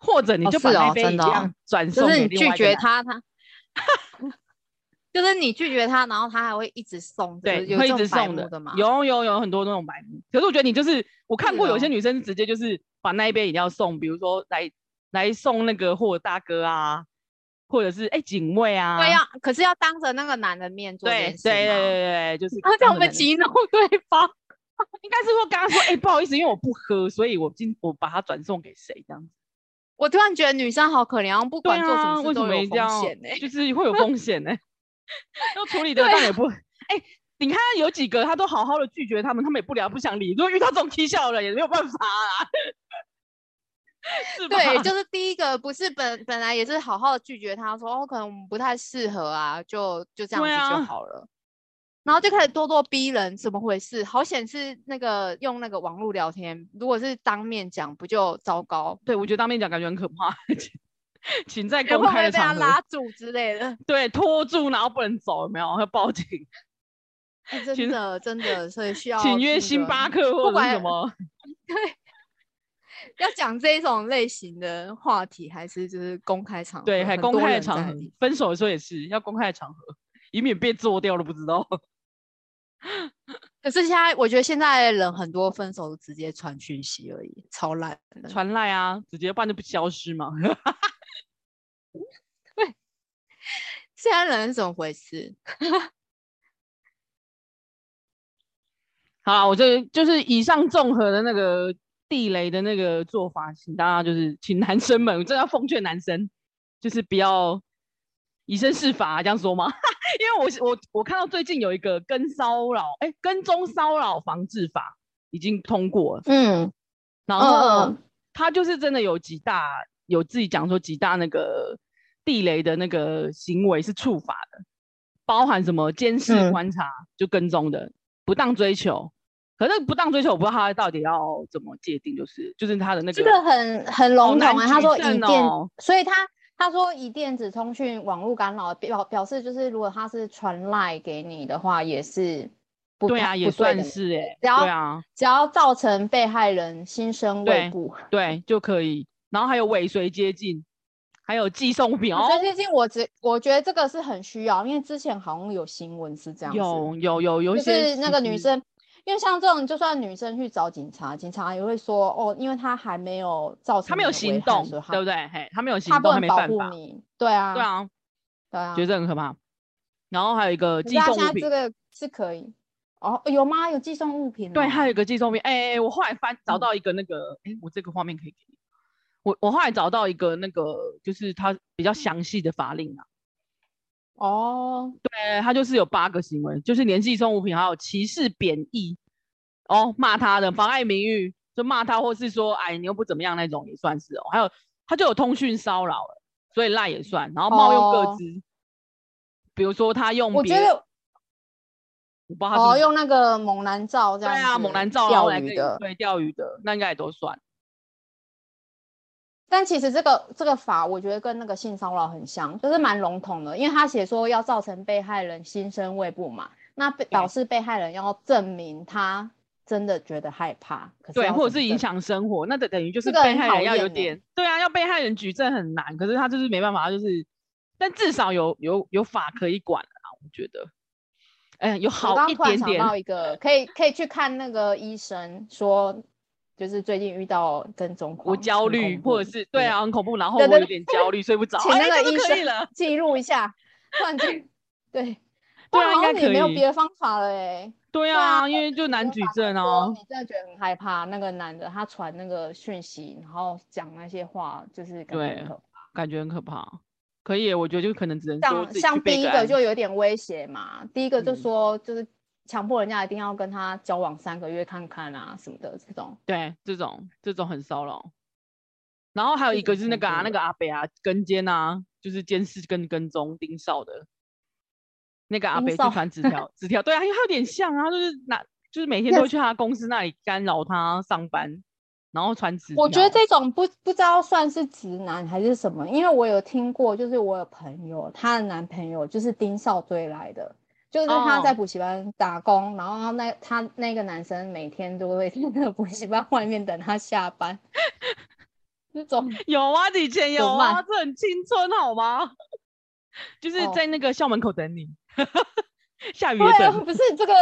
Speaker 1: 或者你
Speaker 2: 哦
Speaker 1: 就把
Speaker 2: 是
Speaker 1: 那
Speaker 2: 哦
Speaker 1: 杯
Speaker 2: 真
Speaker 1: 一
Speaker 2: 的哦
Speaker 1: 样转送
Speaker 2: 就
Speaker 1: 给
Speaker 2: 是你
Speaker 1: 另
Speaker 2: 拒
Speaker 1: 外一个
Speaker 2: 绝
Speaker 1: 男
Speaker 2: 他，他 就是你拒绝他，然后他还会一直送，
Speaker 1: 对，
Speaker 2: 有
Speaker 1: 会
Speaker 2: 这
Speaker 1: 一
Speaker 2: 种
Speaker 1: 直
Speaker 2: 白
Speaker 1: 送
Speaker 2: 目
Speaker 1: 的
Speaker 2: 的吗？，
Speaker 1: 有有有很多那种白目。可是我觉得你就是，我看
Speaker 2: 是
Speaker 1: 过有些
Speaker 2: 哦
Speaker 1: 女生直接就是把那一杯饮料送，比如说来来送那个货大哥啊，或者是哎、警卫啊，
Speaker 2: 对，要可是要当着那个男的面做这
Speaker 1: 对
Speaker 2: 件
Speaker 1: 对
Speaker 2: 事
Speaker 1: 对
Speaker 2: 吗，啊
Speaker 1: 对对，就是
Speaker 2: 然后这
Speaker 1: 当着
Speaker 2: 样我们
Speaker 1: 男的
Speaker 2: 激怒对方，
Speaker 1: 应该是说刚刚说哎、不好意思，因为我不喝，所以我今我把它转送给谁这样子。
Speaker 2: 我突然觉得女生好可怜，然后不
Speaker 1: 对
Speaker 2: 管做什
Speaker 1: 啊，
Speaker 2: 么
Speaker 1: 为
Speaker 2: 事
Speaker 1: 什
Speaker 2: 都
Speaker 1: 么
Speaker 2: 有
Speaker 1: 一定
Speaker 2: 风
Speaker 1: 要
Speaker 2: 险 呢、
Speaker 1: 就是 会有风险呢、 要处理的
Speaker 2: 对啊
Speaker 1: 当然也不哎、你看有几个他都好好的拒绝他们，他们也不聊不想理。如果遇到这种 K 笑的人也没有办法啦， 是吧？
Speaker 2: 对，就是第一个不是本本来也是好好的拒绝他说，哦，可能我们不太适合啊，就就这样
Speaker 1: 对
Speaker 2: 子
Speaker 1: 啊
Speaker 2: 就好了。然后就开始咄咄逼人，怎么回事？好显示那个用那个网络聊天，如果是当面讲，不就糟糕？
Speaker 1: 对我觉得当面讲感觉很可怕，请请在
Speaker 2: 人
Speaker 1: 公
Speaker 2: 会不
Speaker 1: 开
Speaker 2: 会
Speaker 1: 的
Speaker 2: 被他
Speaker 1: 场合
Speaker 2: 拉住之类的？
Speaker 1: 对拖住，然后不能走，有没有 要报警，
Speaker 2: 哎
Speaker 1: 请
Speaker 2: 真的真的，所 以需要
Speaker 1: 请约
Speaker 2: 那
Speaker 1: 星
Speaker 2: 个
Speaker 1: 巴克或者是
Speaker 2: 管
Speaker 1: 什么。
Speaker 2: 要讲这一种类型的话题，还是就是公开场合，
Speaker 1: 对，还
Speaker 2: 很
Speaker 1: 公
Speaker 2: 多
Speaker 1: 开的
Speaker 2: 人
Speaker 1: 场
Speaker 2: 在
Speaker 1: 合
Speaker 2: 里，
Speaker 1: 分手的时候也是要公开的场合，以免被做掉了不知道。
Speaker 2: 可是现在我觉得现在人很多分手都直接传讯息而已，超懒的。
Speaker 1: 传赖啊，直接不然就不消失嘛。
Speaker 2: 现在人是怎么回事？
Speaker 1: 好啦，我这就是以上综合的那个地雷的那个做法，请大家就是请男生们，我真的要奉劝男生，就是不要以身试法、啊这样说吗？ 因为我是我我看到最近有一个跟骚扰，哎、跟踪骚扰防治法已经通过了，
Speaker 2: 嗯，
Speaker 1: 然后
Speaker 2: 嗯
Speaker 1: 他就是真的有几大有自己讲说几大那个地雷的那个行为是触法的，包含什么监视
Speaker 2: 嗯
Speaker 1: 观察、就跟踪的、不当追求、可是不当追求，我不知道他到底要怎么界定，就是就是他的那
Speaker 2: 这个很很笼
Speaker 1: 难
Speaker 2: 统啊。他
Speaker 1: 取
Speaker 2: 说以
Speaker 1: 胜
Speaker 2: 电，
Speaker 1: 哦
Speaker 2: 所以他他说以电子通讯网络干扰表表示就是，如果他是传赖给你的话，也是不
Speaker 1: 对
Speaker 2: 太
Speaker 1: 啊，也
Speaker 2: 不对
Speaker 1: 算
Speaker 2: 的
Speaker 1: 是哎、
Speaker 2: 然后
Speaker 1: 对啊，
Speaker 2: 只要造成被害人心生
Speaker 1: 对
Speaker 2: 畏怖。
Speaker 1: 对就可以。然后还有尾随接近，还有寄送表，
Speaker 2: 所以最近我只我觉得这个是很需要，因为之前好像有新闻是这样子，
Speaker 1: 有有有有一
Speaker 2: 就
Speaker 1: 些
Speaker 2: 是那个女
Speaker 1: 其实
Speaker 2: 生，因为像这种，就算女生去找警察，警察也会说哦，因为她还没有造成
Speaker 1: 他没有
Speaker 2: 你的危
Speaker 1: 行
Speaker 2: 害
Speaker 1: 动，
Speaker 2: 所以她
Speaker 1: 对不对？嘿，他没有行
Speaker 2: 她不
Speaker 1: 动，他
Speaker 2: 能
Speaker 1: 没
Speaker 2: 保
Speaker 1: 办
Speaker 2: 护
Speaker 1: 法。
Speaker 2: 你，对啊，
Speaker 1: 对，啊，
Speaker 2: 对啊。
Speaker 1: 觉得很可怕。然后还有一个
Speaker 2: 可
Speaker 1: 寄
Speaker 2: 是她
Speaker 1: 送
Speaker 2: 现在
Speaker 1: 物品
Speaker 2: 这，个是可以哦，有吗？有寄送物品哦、
Speaker 1: 对，还有一个寄送品。哎、哎哎我后来翻找
Speaker 2: 嗯
Speaker 1: 到一个那个，哎、我这个画面可以给你。我我后来找到一个那个，就是它比较详细的法令啊。
Speaker 2: 哦，
Speaker 1: 对，它就是有八个行为，就是连寄送物品，还有歧视、贬义，哦，骂他的、妨碍名誉，就骂他，或是说，哎，你又不怎么样那种也算是哦。还有，他就有通讯骚扰了，所以赖也算。然后冒用
Speaker 2: 哦
Speaker 1: 各资，比如说他用
Speaker 2: 我
Speaker 1: 别，
Speaker 2: 觉得
Speaker 1: 我不知道他是不
Speaker 2: 哦，
Speaker 1: 是
Speaker 2: 用那个猛男照这
Speaker 1: 对
Speaker 2: 样子，
Speaker 1: 啊，猛男照然后
Speaker 2: 钓
Speaker 1: 来跟
Speaker 2: 鱼
Speaker 1: 你
Speaker 2: 的。
Speaker 1: 对钓鱼的，那应该也都算。
Speaker 2: 但其实这个这个法，我觉得跟那个性骚扰很像，就是蛮笼统的，因为他写说要造成被害人心生畏怖嘛，那被表示被害人要证明他真的觉得害怕，可是
Speaker 1: 对，
Speaker 2: 要
Speaker 1: 或
Speaker 2: 怎
Speaker 1: 者
Speaker 2: 么
Speaker 1: 是影
Speaker 2: 证
Speaker 1: 响生活，那等等于就是
Speaker 2: 这个
Speaker 1: 被
Speaker 2: 很
Speaker 1: 害
Speaker 2: 讨
Speaker 1: 人要有
Speaker 2: 厌欸
Speaker 1: 点，对啊，要被害人举证很难，可是他就是没办法，他就是，但至少有有有法可以管啊，我觉得，哎、有
Speaker 2: 我
Speaker 1: 好
Speaker 2: 刚刚
Speaker 1: 一
Speaker 2: 突然
Speaker 1: 点
Speaker 2: 想
Speaker 1: 点，
Speaker 2: 到一个，可以可以去看那个医生说，就是最近遇到跟踪狂，
Speaker 1: 我焦
Speaker 2: 很
Speaker 1: 虑
Speaker 2: 恐怖欸嗯
Speaker 1: 或者是对，啊很恐怖，然后
Speaker 2: 对
Speaker 1: 我
Speaker 2: 对
Speaker 1: 有点焦虑睡不着，
Speaker 2: 请
Speaker 1: 哎、
Speaker 2: 那
Speaker 1: 这
Speaker 2: 个
Speaker 1: 就
Speaker 2: 医
Speaker 1: 可以
Speaker 2: 生
Speaker 1: 了，
Speaker 2: 记录一下，突然 间，对，哦
Speaker 1: 对啊
Speaker 2: 哇好像
Speaker 1: 应该
Speaker 2: 也没有
Speaker 1: 可以
Speaker 2: 别的方法了哎。
Speaker 1: 对
Speaker 2: 啊
Speaker 1: 啊，因为就难举证
Speaker 2: 说
Speaker 1: 哦，
Speaker 2: 你真的觉得很害怕，那个男的他传那个讯息，然后讲那些话，就是感觉
Speaker 1: 对
Speaker 2: 很可
Speaker 1: 感觉很可怕，啊可以，我觉得就可能只能说
Speaker 2: 像
Speaker 1: 自己去
Speaker 2: 像
Speaker 1: 备
Speaker 2: 第一
Speaker 1: 案
Speaker 2: 个就有点威胁嘛，第一个就
Speaker 1: 嗯
Speaker 2: 说就是强迫人家一定要跟他交往三个月看看啊什么的这种，
Speaker 1: 对，这种这种很骚扰。然后还有
Speaker 2: 这
Speaker 1: 一个
Speaker 2: 种
Speaker 1: 是那
Speaker 2: 恐
Speaker 1: 个啊，
Speaker 2: 怖
Speaker 1: 那
Speaker 2: 欸
Speaker 1: 个阿北啊，跟监啊，就是监视跟跟踪盯梢的那个阿
Speaker 2: 盯
Speaker 1: 北，就
Speaker 2: 梢
Speaker 1: 传纸条，纸条对啊，因为他有点像啊，他就是拿，就是每天
Speaker 2: 那
Speaker 1: 都会去他公司那里干扰他上班，然后传纸条。
Speaker 2: 我觉得这种不不知道算是直男还是什么，因为我有听过，就是我有朋友，她的男朋友就是盯少追来的，就是她在
Speaker 1: 哦
Speaker 2: 补习班打工，然后那她那个男生每天都会在那个补习班外面等她下班，那种
Speaker 1: 有啊，以前有
Speaker 2: 慢
Speaker 1: 啊，这很青春好吗？ 就是
Speaker 2: 哦
Speaker 1: 在那个校门口等你， 下雨
Speaker 2: 对
Speaker 1: 也
Speaker 2: 啊，
Speaker 1: 等，
Speaker 2: 不是这个，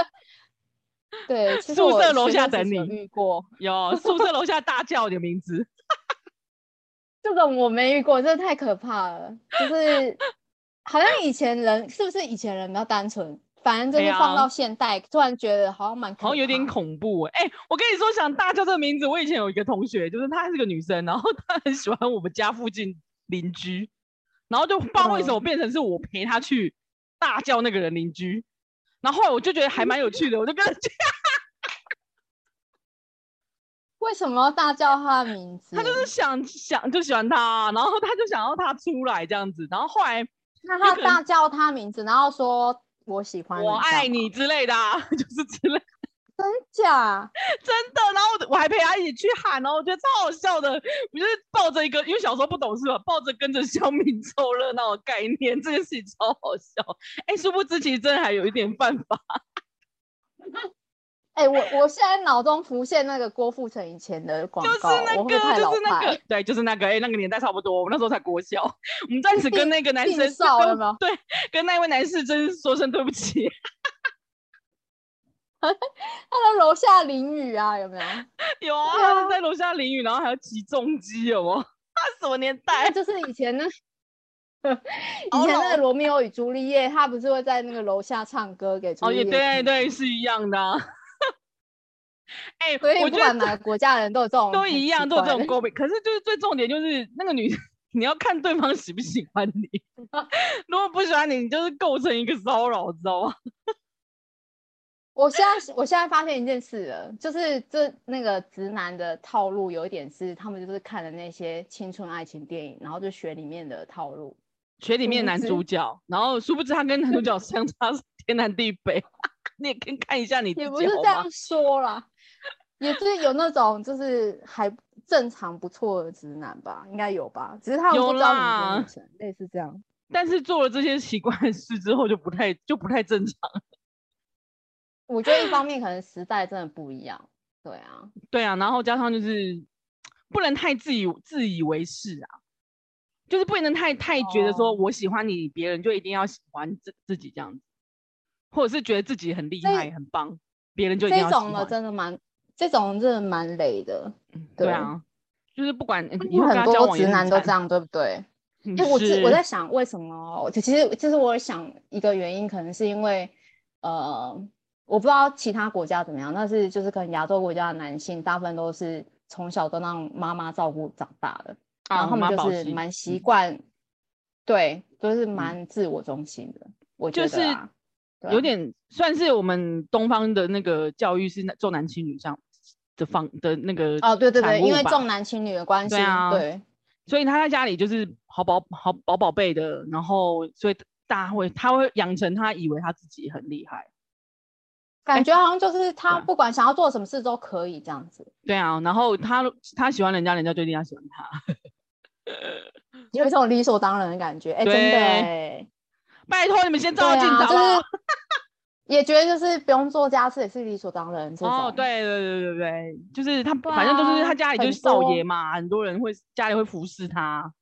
Speaker 2: 对，其实
Speaker 1: 宿
Speaker 2: 我
Speaker 1: 舍楼
Speaker 2: 学
Speaker 1: 下
Speaker 2: 生时
Speaker 1: 等
Speaker 2: 期有
Speaker 1: 你
Speaker 2: 遇过，
Speaker 1: 有宿舍楼下大叫你的名字。
Speaker 2: 这种我没遇过，真的太可怕了。就是好像以前人是不是以前人比较单纯，反正就
Speaker 1: 对
Speaker 2: 是放
Speaker 1: 啊
Speaker 2: 到现代，突然觉得好像蛮
Speaker 1: 好像有点
Speaker 2: 恐。
Speaker 1: 恐怖哎、欸我跟你说，想大叫这个名字，我以前有一个同学，就是她是个女生，然后她很喜欢我们家附近邻居，然后就不知道为什么变成是我陪她去大叫那个人邻居，然后后来我就觉得还蛮有趣的，我就跟她讲
Speaker 2: 为什么要大叫他的名字？
Speaker 1: 她就是想想就喜欢他啊，然后她就想要他出来这样子，然后后来
Speaker 2: 那
Speaker 1: 有
Speaker 2: 他
Speaker 1: 可能
Speaker 2: 大叫他名字，然后说我喜欢啊你，
Speaker 1: 我
Speaker 2: 这样
Speaker 1: 爱
Speaker 2: 吗，
Speaker 1: 你之类的、啊， 就是之类
Speaker 2: 假
Speaker 1: 真的，然后我我还陪他一起去喊哦，我觉得超好笑的。我就是抱着一个，因为小时候不懂事嘛，抱着跟着乡民凑热闹的概念，这件事情超好笑。哎，殊不知其实真的还有一点办法。
Speaker 2: 哎、我我现在脑中浮现那个郭富城以前的广
Speaker 1: 就是
Speaker 2: 告，
Speaker 1: 那
Speaker 2: 我会不会太
Speaker 1: 个，
Speaker 2: 老
Speaker 1: 就是那
Speaker 2: 派
Speaker 1: 个，，对，就是那个，哎、那个年代差不多，我们那时候才国小，我们在此跟那个 男
Speaker 2: 病
Speaker 1: 生
Speaker 2: 少
Speaker 1: 跟
Speaker 2: 有没有
Speaker 1: 对，跟那位男士真是说声对不起，
Speaker 2: 他的楼下淋雨啊，有没有？
Speaker 1: 有啊，
Speaker 2: 对啊
Speaker 1: 他在楼下淋雨，然后还要起重机，有吗？他什么年代
Speaker 2: 那？ 就是以前呢，以
Speaker 1: 好
Speaker 2: 前那
Speaker 1: 老
Speaker 2: 个罗密欧与朱丽叶，他不是会在那个楼下唱歌给朱
Speaker 1: 哦，
Speaker 2: 丽
Speaker 1: 也
Speaker 2: 叶听吗？
Speaker 1: 对对，是一样的、啊。 哎、
Speaker 2: 所以
Speaker 1: 我
Speaker 2: 不
Speaker 1: 觉得
Speaker 2: 管哪个国家人都有这 种
Speaker 1: 都
Speaker 2: 哦很
Speaker 1: 一
Speaker 2: 奇
Speaker 1: 样，都有这
Speaker 2: 怪
Speaker 1: 种
Speaker 2: 的
Speaker 1: 诟病。可是就是最重点就是那个女， 你要看对方喜不喜欢你。 如果不喜欢你，你就是构成一个骚扰，知道吗？
Speaker 2: 我现在我现在发现一件事了，就是这那个直男的套路有一点是，他们就是看了那些青春爱情电影，然后就学里面的套路。
Speaker 1: 学里面
Speaker 2: 殊不
Speaker 1: 男
Speaker 2: 知
Speaker 1: 主角，然后殊不知他跟男主角相差是天南地北。你也可以看一下你自己
Speaker 2: 也
Speaker 1: 好
Speaker 2: 不是这
Speaker 1: 吗
Speaker 2: 样？说啦，也就是有那种就是还正常不错的直男吧，应该有吧，只是他们
Speaker 1: 有
Speaker 2: 不知道你
Speaker 1: 啦
Speaker 2: 是女生，类似这样。
Speaker 1: 但是做了这些奇怪的事之后，就不太就不太正常。
Speaker 2: 我觉得一方面可能时代真的不一样，对啊，
Speaker 1: 对啊，然后加上就是不能太自以自以为是啊，就是不能太太觉得说
Speaker 2: 哦
Speaker 1: 我喜欢你，别人就一定要喜欢自自己这样子，或者是觉得自己很厉
Speaker 2: 这
Speaker 1: 害很棒，别人就一定
Speaker 2: 这
Speaker 1: 要喜
Speaker 2: 种的
Speaker 1: 欢。
Speaker 2: 真的蛮，这种真的蛮累的。
Speaker 1: 对
Speaker 2: 对
Speaker 1: 啊，就是不管
Speaker 2: 因
Speaker 1: 以后
Speaker 2: 为
Speaker 1: 跟他
Speaker 2: 很
Speaker 1: 交
Speaker 2: 多
Speaker 1: 往也
Speaker 2: 直
Speaker 1: 很
Speaker 2: 男都
Speaker 1: 惨
Speaker 2: 这，样，对不对？
Speaker 1: 嗯
Speaker 2: 哎、我
Speaker 1: 是
Speaker 2: 是我在想为什么？其实其实我想一个原因，可能是因为呃，我不知道其他国家怎么样，但是就是可能亚洲国家的男性大部分都是从小都让妈妈照顾长大的，然
Speaker 1: 啊，
Speaker 2: 后他
Speaker 1: 妈
Speaker 2: 们
Speaker 1: 宝
Speaker 2: 就是
Speaker 1: 系
Speaker 2: 蛮习
Speaker 1: 嗯
Speaker 2: 惯，对，就是蛮自我中心的，我觉
Speaker 1: 就
Speaker 2: 得
Speaker 1: 是
Speaker 2: 啊对
Speaker 1: 有
Speaker 2: 啊
Speaker 1: 点算是我们东方的那个教育是那重男轻女这样的方的那个
Speaker 2: 哦，对对对，
Speaker 1: 产
Speaker 2: 因
Speaker 1: 物
Speaker 2: 为
Speaker 1: 吧
Speaker 2: 重男轻女的关系，
Speaker 1: 对啊
Speaker 2: 对
Speaker 1: 所以他在家里就是好宝好宝宝贝的，然后所以大家会他会养成他以为他自己很厉害，哎
Speaker 2: 感觉好像就是
Speaker 1: 对
Speaker 2: 他
Speaker 1: 啊
Speaker 2: 不管想要做什么事都可以这样子，
Speaker 1: 对啊，然后他他喜欢人家，人家就一定要喜欢他。
Speaker 2: 有一种理所当然的感觉，哎、真
Speaker 1: 对
Speaker 2: 的、哎。
Speaker 1: 拜托你们先照
Speaker 2: 对
Speaker 1: 照镜哦子
Speaker 2: 啊，
Speaker 1: 好不好？
Speaker 2: 就是也觉得就是不用做家事也是理所当然这种。
Speaker 1: 哦，对对对对对，就是他，
Speaker 2: 对
Speaker 1: 反正就是他
Speaker 2: 啊
Speaker 1: 家里就是
Speaker 2: 很
Speaker 1: 少爷
Speaker 2: 多
Speaker 1: 嘛，很多人会家里会服侍他。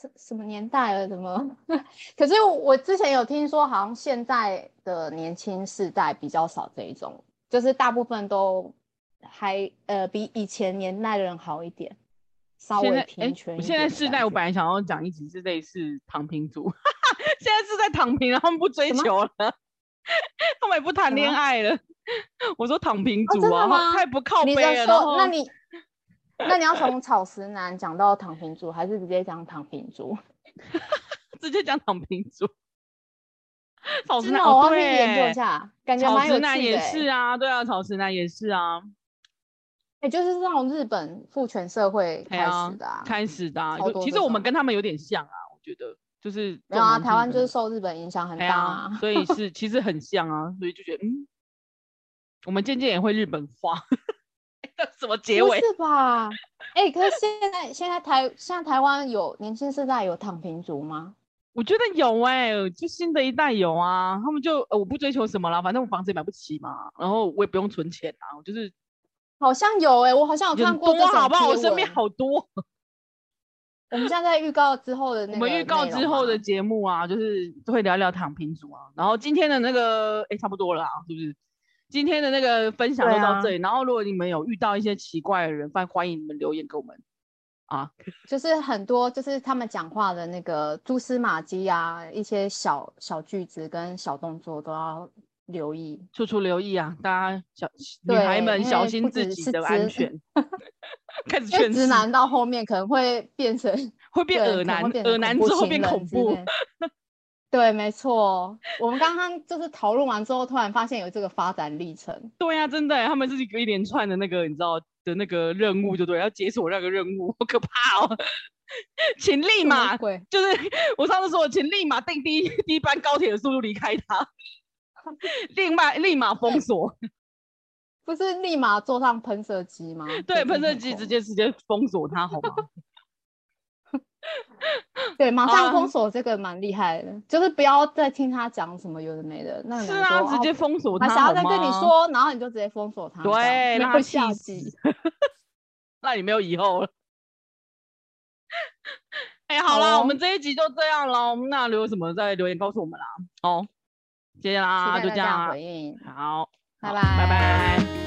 Speaker 2: 什什么年代了？怎么？ 可是我之前有听说，好像现在的年轻世代比较少这一种，就是大部分都还呃比以前年代的人好一点，稍
Speaker 1: 现
Speaker 2: 微
Speaker 1: 在哎
Speaker 2: 平权，
Speaker 1: 我
Speaker 2: 一
Speaker 1: 现在
Speaker 2: 点的
Speaker 1: 世
Speaker 2: 感
Speaker 1: 代我
Speaker 2: 觉
Speaker 1: 本来想要讲一集是类似躺平族，现在是在躺平，然后他们不追
Speaker 2: 什么
Speaker 1: 求了，他们也不谈
Speaker 2: 什
Speaker 1: 恋
Speaker 2: 么
Speaker 1: 爱了。 我说躺平
Speaker 2: 哦
Speaker 1: 族
Speaker 2: 真的
Speaker 1: 啊，
Speaker 2: 吗
Speaker 1: 他也不靠
Speaker 2: 你
Speaker 1: 背
Speaker 2: 在
Speaker 1: 了，然
Speaker 2: 说
Speaker 1: 后，
Speaker 2: 那你那你要从草食男讲到躺平族，还是直接讲躺平族？
Speaker 1: 直接讲躺平族。草食
Speaker 2: 真
Speaker 1: 男
Speaker 2: 的，我
Speaker 1: 哦，
Speaker 2: 要去
Speaker 1: 对
Speaker 2: 研究
Speaker 1: 耶
Speaker 2: 一，下，感觉
Speaker 1: 草
Speaker 2: 蛮有
Speaker 1: 食
Speaker 2: 趣的
Speaker 1: 男也
Speaker 2: 欸
Speaker 1: 是啊，对啊，草食男也是啊，
Speaker 2: 也、哎就是那种日本父权社会
Speaker 1: 哎
Speaker 2: 开
Speaker 1: 呀
Speaker 2: 始的、啊，
Speaker 1: 开始的啊、
Speaker 2: 超
Speaker 1: 就
Speaker 2: 多
Speaker 1: 其
Speaker 2: 这
Speaker 1: 实我们
Speaker 2: 种
Speaker 1: 跟他们有点像啊，我觉得就是
Speaker 2: 没有啊，
Speaker 1: 重男
Speaker 2: 台湾
Speaker 1: 轻
Speaker 2: 就
Speaker 1: 女
Speaker 2: 是受日本影响很
Speaker 1: 哎
Speaker 2: 大
Speaker 1: 呀、
Speaker 2: 啊。
Speaker 1: 所以是其实很像啊，所以就觉得嗯，我们渐渐也会日本 化，什么结
Speaker 2: 不
Speaker 1: 尾？
Speaker 2: 是吧？哎、可是现在现在台现在台湾有年轻世代有躺平族吗？
Speaker 1: 我觉得有哎、就新的一代有啊，他们就、呃、我不追求什么啦，反正我房子也买不起嘛，然后我也不用存钱啊，我就是
Speaker 2: 好像有哎、我好像有看
Speaker 1: 很
Speaker 2: 过这
Speaker 1: 多
Speaker 2: 种
Speaker 1: 好不好？我
Speaker 2: 贴
Speaker 1: 身边
Speaker 2: 文
Speaker 1: 好多。
Speaker 2: 我们现在在预告之后的那
Speaker 1: 我
Speaker 2: 个
Speaker 1: 们预告
Speaker 2: 内容
Speaker 1: 之后的
Speaker 2: 吗
Speaker 1: 节目啊，就是都会聊聊躺平族啊。然后今天的那个，哎，差不多了啊，是不是？今天的那个分享
Speaker 2: 对
Speaker 1: 就到
Speaker 2: 啊
Speaker 1: 这里。然后，如果你们有遇到一些奇怪的人，欢欢迎你们留言给我们啊。
Speaker 2: 就是很多就是他们讲话的那个蛛丝马迹啊，一些小小句子跟小动作都要留意。
Speaker 1: 处处留意啊，大家小女
Speaker 2: 对
Speaker 1: 孩们
Speaker 2: 因为
Speaker 1: 小心
Speaker 2: 不
Speaker 1: 自
Speaker 2: 只
Speaker 1: 己
Speaker 2: 是
Speaker 1: 的安
Speaker 2: 直
Speaker 1: 全。 开始
Speaker 2: 因为
Speaker 1: 劝
Speaker 2: 直
Speaker 1: 世，
Speaker 2: 男到后面可能会变成
Speaker 1: 会 变
Speaker 2: 对
Speaker 1: 耳
Speaker 2: 可能
Speaker 1: 男，
Speaker 2: 会变成
Speaker 1: 耳男
Speaker 2: 恐怖
Speaker 1: 之后
Speaker 2: 情
Speaker 1: 变
Speaker 2: 人
Speaker 1: 恐
Speaker 2: 之
Speaker 1: 怖
Speaker 2: 类。对，没错。我们刚刚就是讨论完之后，突然发现有这个发展历程。
Speaker 1: 对呀、啊，真的耶，他们是一个一连串的那个，你知道的那个任务，就对了，要解锁那个任务，好可怕哦！ 请立
Speaker 2: 什么
Speaker 1: 马
Speaker 2: 鬼？
Speaker 1: 就是我上次说的，请立马定第一第一班高铁的速度离开他，立马立马封锁，
Speaker 2: 不是立马坐上喷射机吗？
Speaker 1: 对，
Speaker 2: 这真
Speaker 1: 喷
Speaker 2: 的
Speaker 1: 射
Speaker 2: 很
Speaker 1: 机
Speaker 2: 恐
Speaker 1: 直
Speaker 2: 怖
Speaker 1: 接直接封锁他，好吗？
Speaker 2: 对，马
Speaker 1: 好啊
Speaker 2: 上封锁这个蛮厉害的，就是不要再听他讲什么有的没的。那个
Speaker 1: 是
Speaker 2: 男
Speaker 1: 啊，
Speaker 2: 说
Speaker 1: 直接
Speaker 2: 哦
Speaker 1: 封锁
Speaker 2: 我
Speaker 1: 他，
Speaker 2: 想要
Speaker 1: 好
Speaker 2: 再跟你
Speaker 1: 吗，
Speaker 2: 说，然后你就直接封锁他，
Speaker 1: 对，
Speaker 2: 这
Speaker 1: 让
Speaker 2: 样没
Speaker 1: 他
Speaker 2: 有
Speaker 1: 气
Speaker 2: 下
Speaker 1: 死
Speaker 2: 集。，
Speaker 1: 那你没有以后了。 哎、好
Speaker 2: 好
Speaker 1: 啦，我
Speaker 2: 哦
Speaker 1: 们这一集就这样了。那留什么再留言告诉我们啦。哦，谢谢啦，
Speaker 2: 期
Speaker 1: 就
Speaker 2: 待
Speaker 1: 这
Speaker 2: 大
Speaker 1: 样
Speaker 2: 家
Speaker 1: 啊。
Speaker 2: 回应，
Speaker 1: 好，
Speaker 2: 拜
Speaker 1: 好
Speaker 2: 拜，
Speaker 1: 拜拜。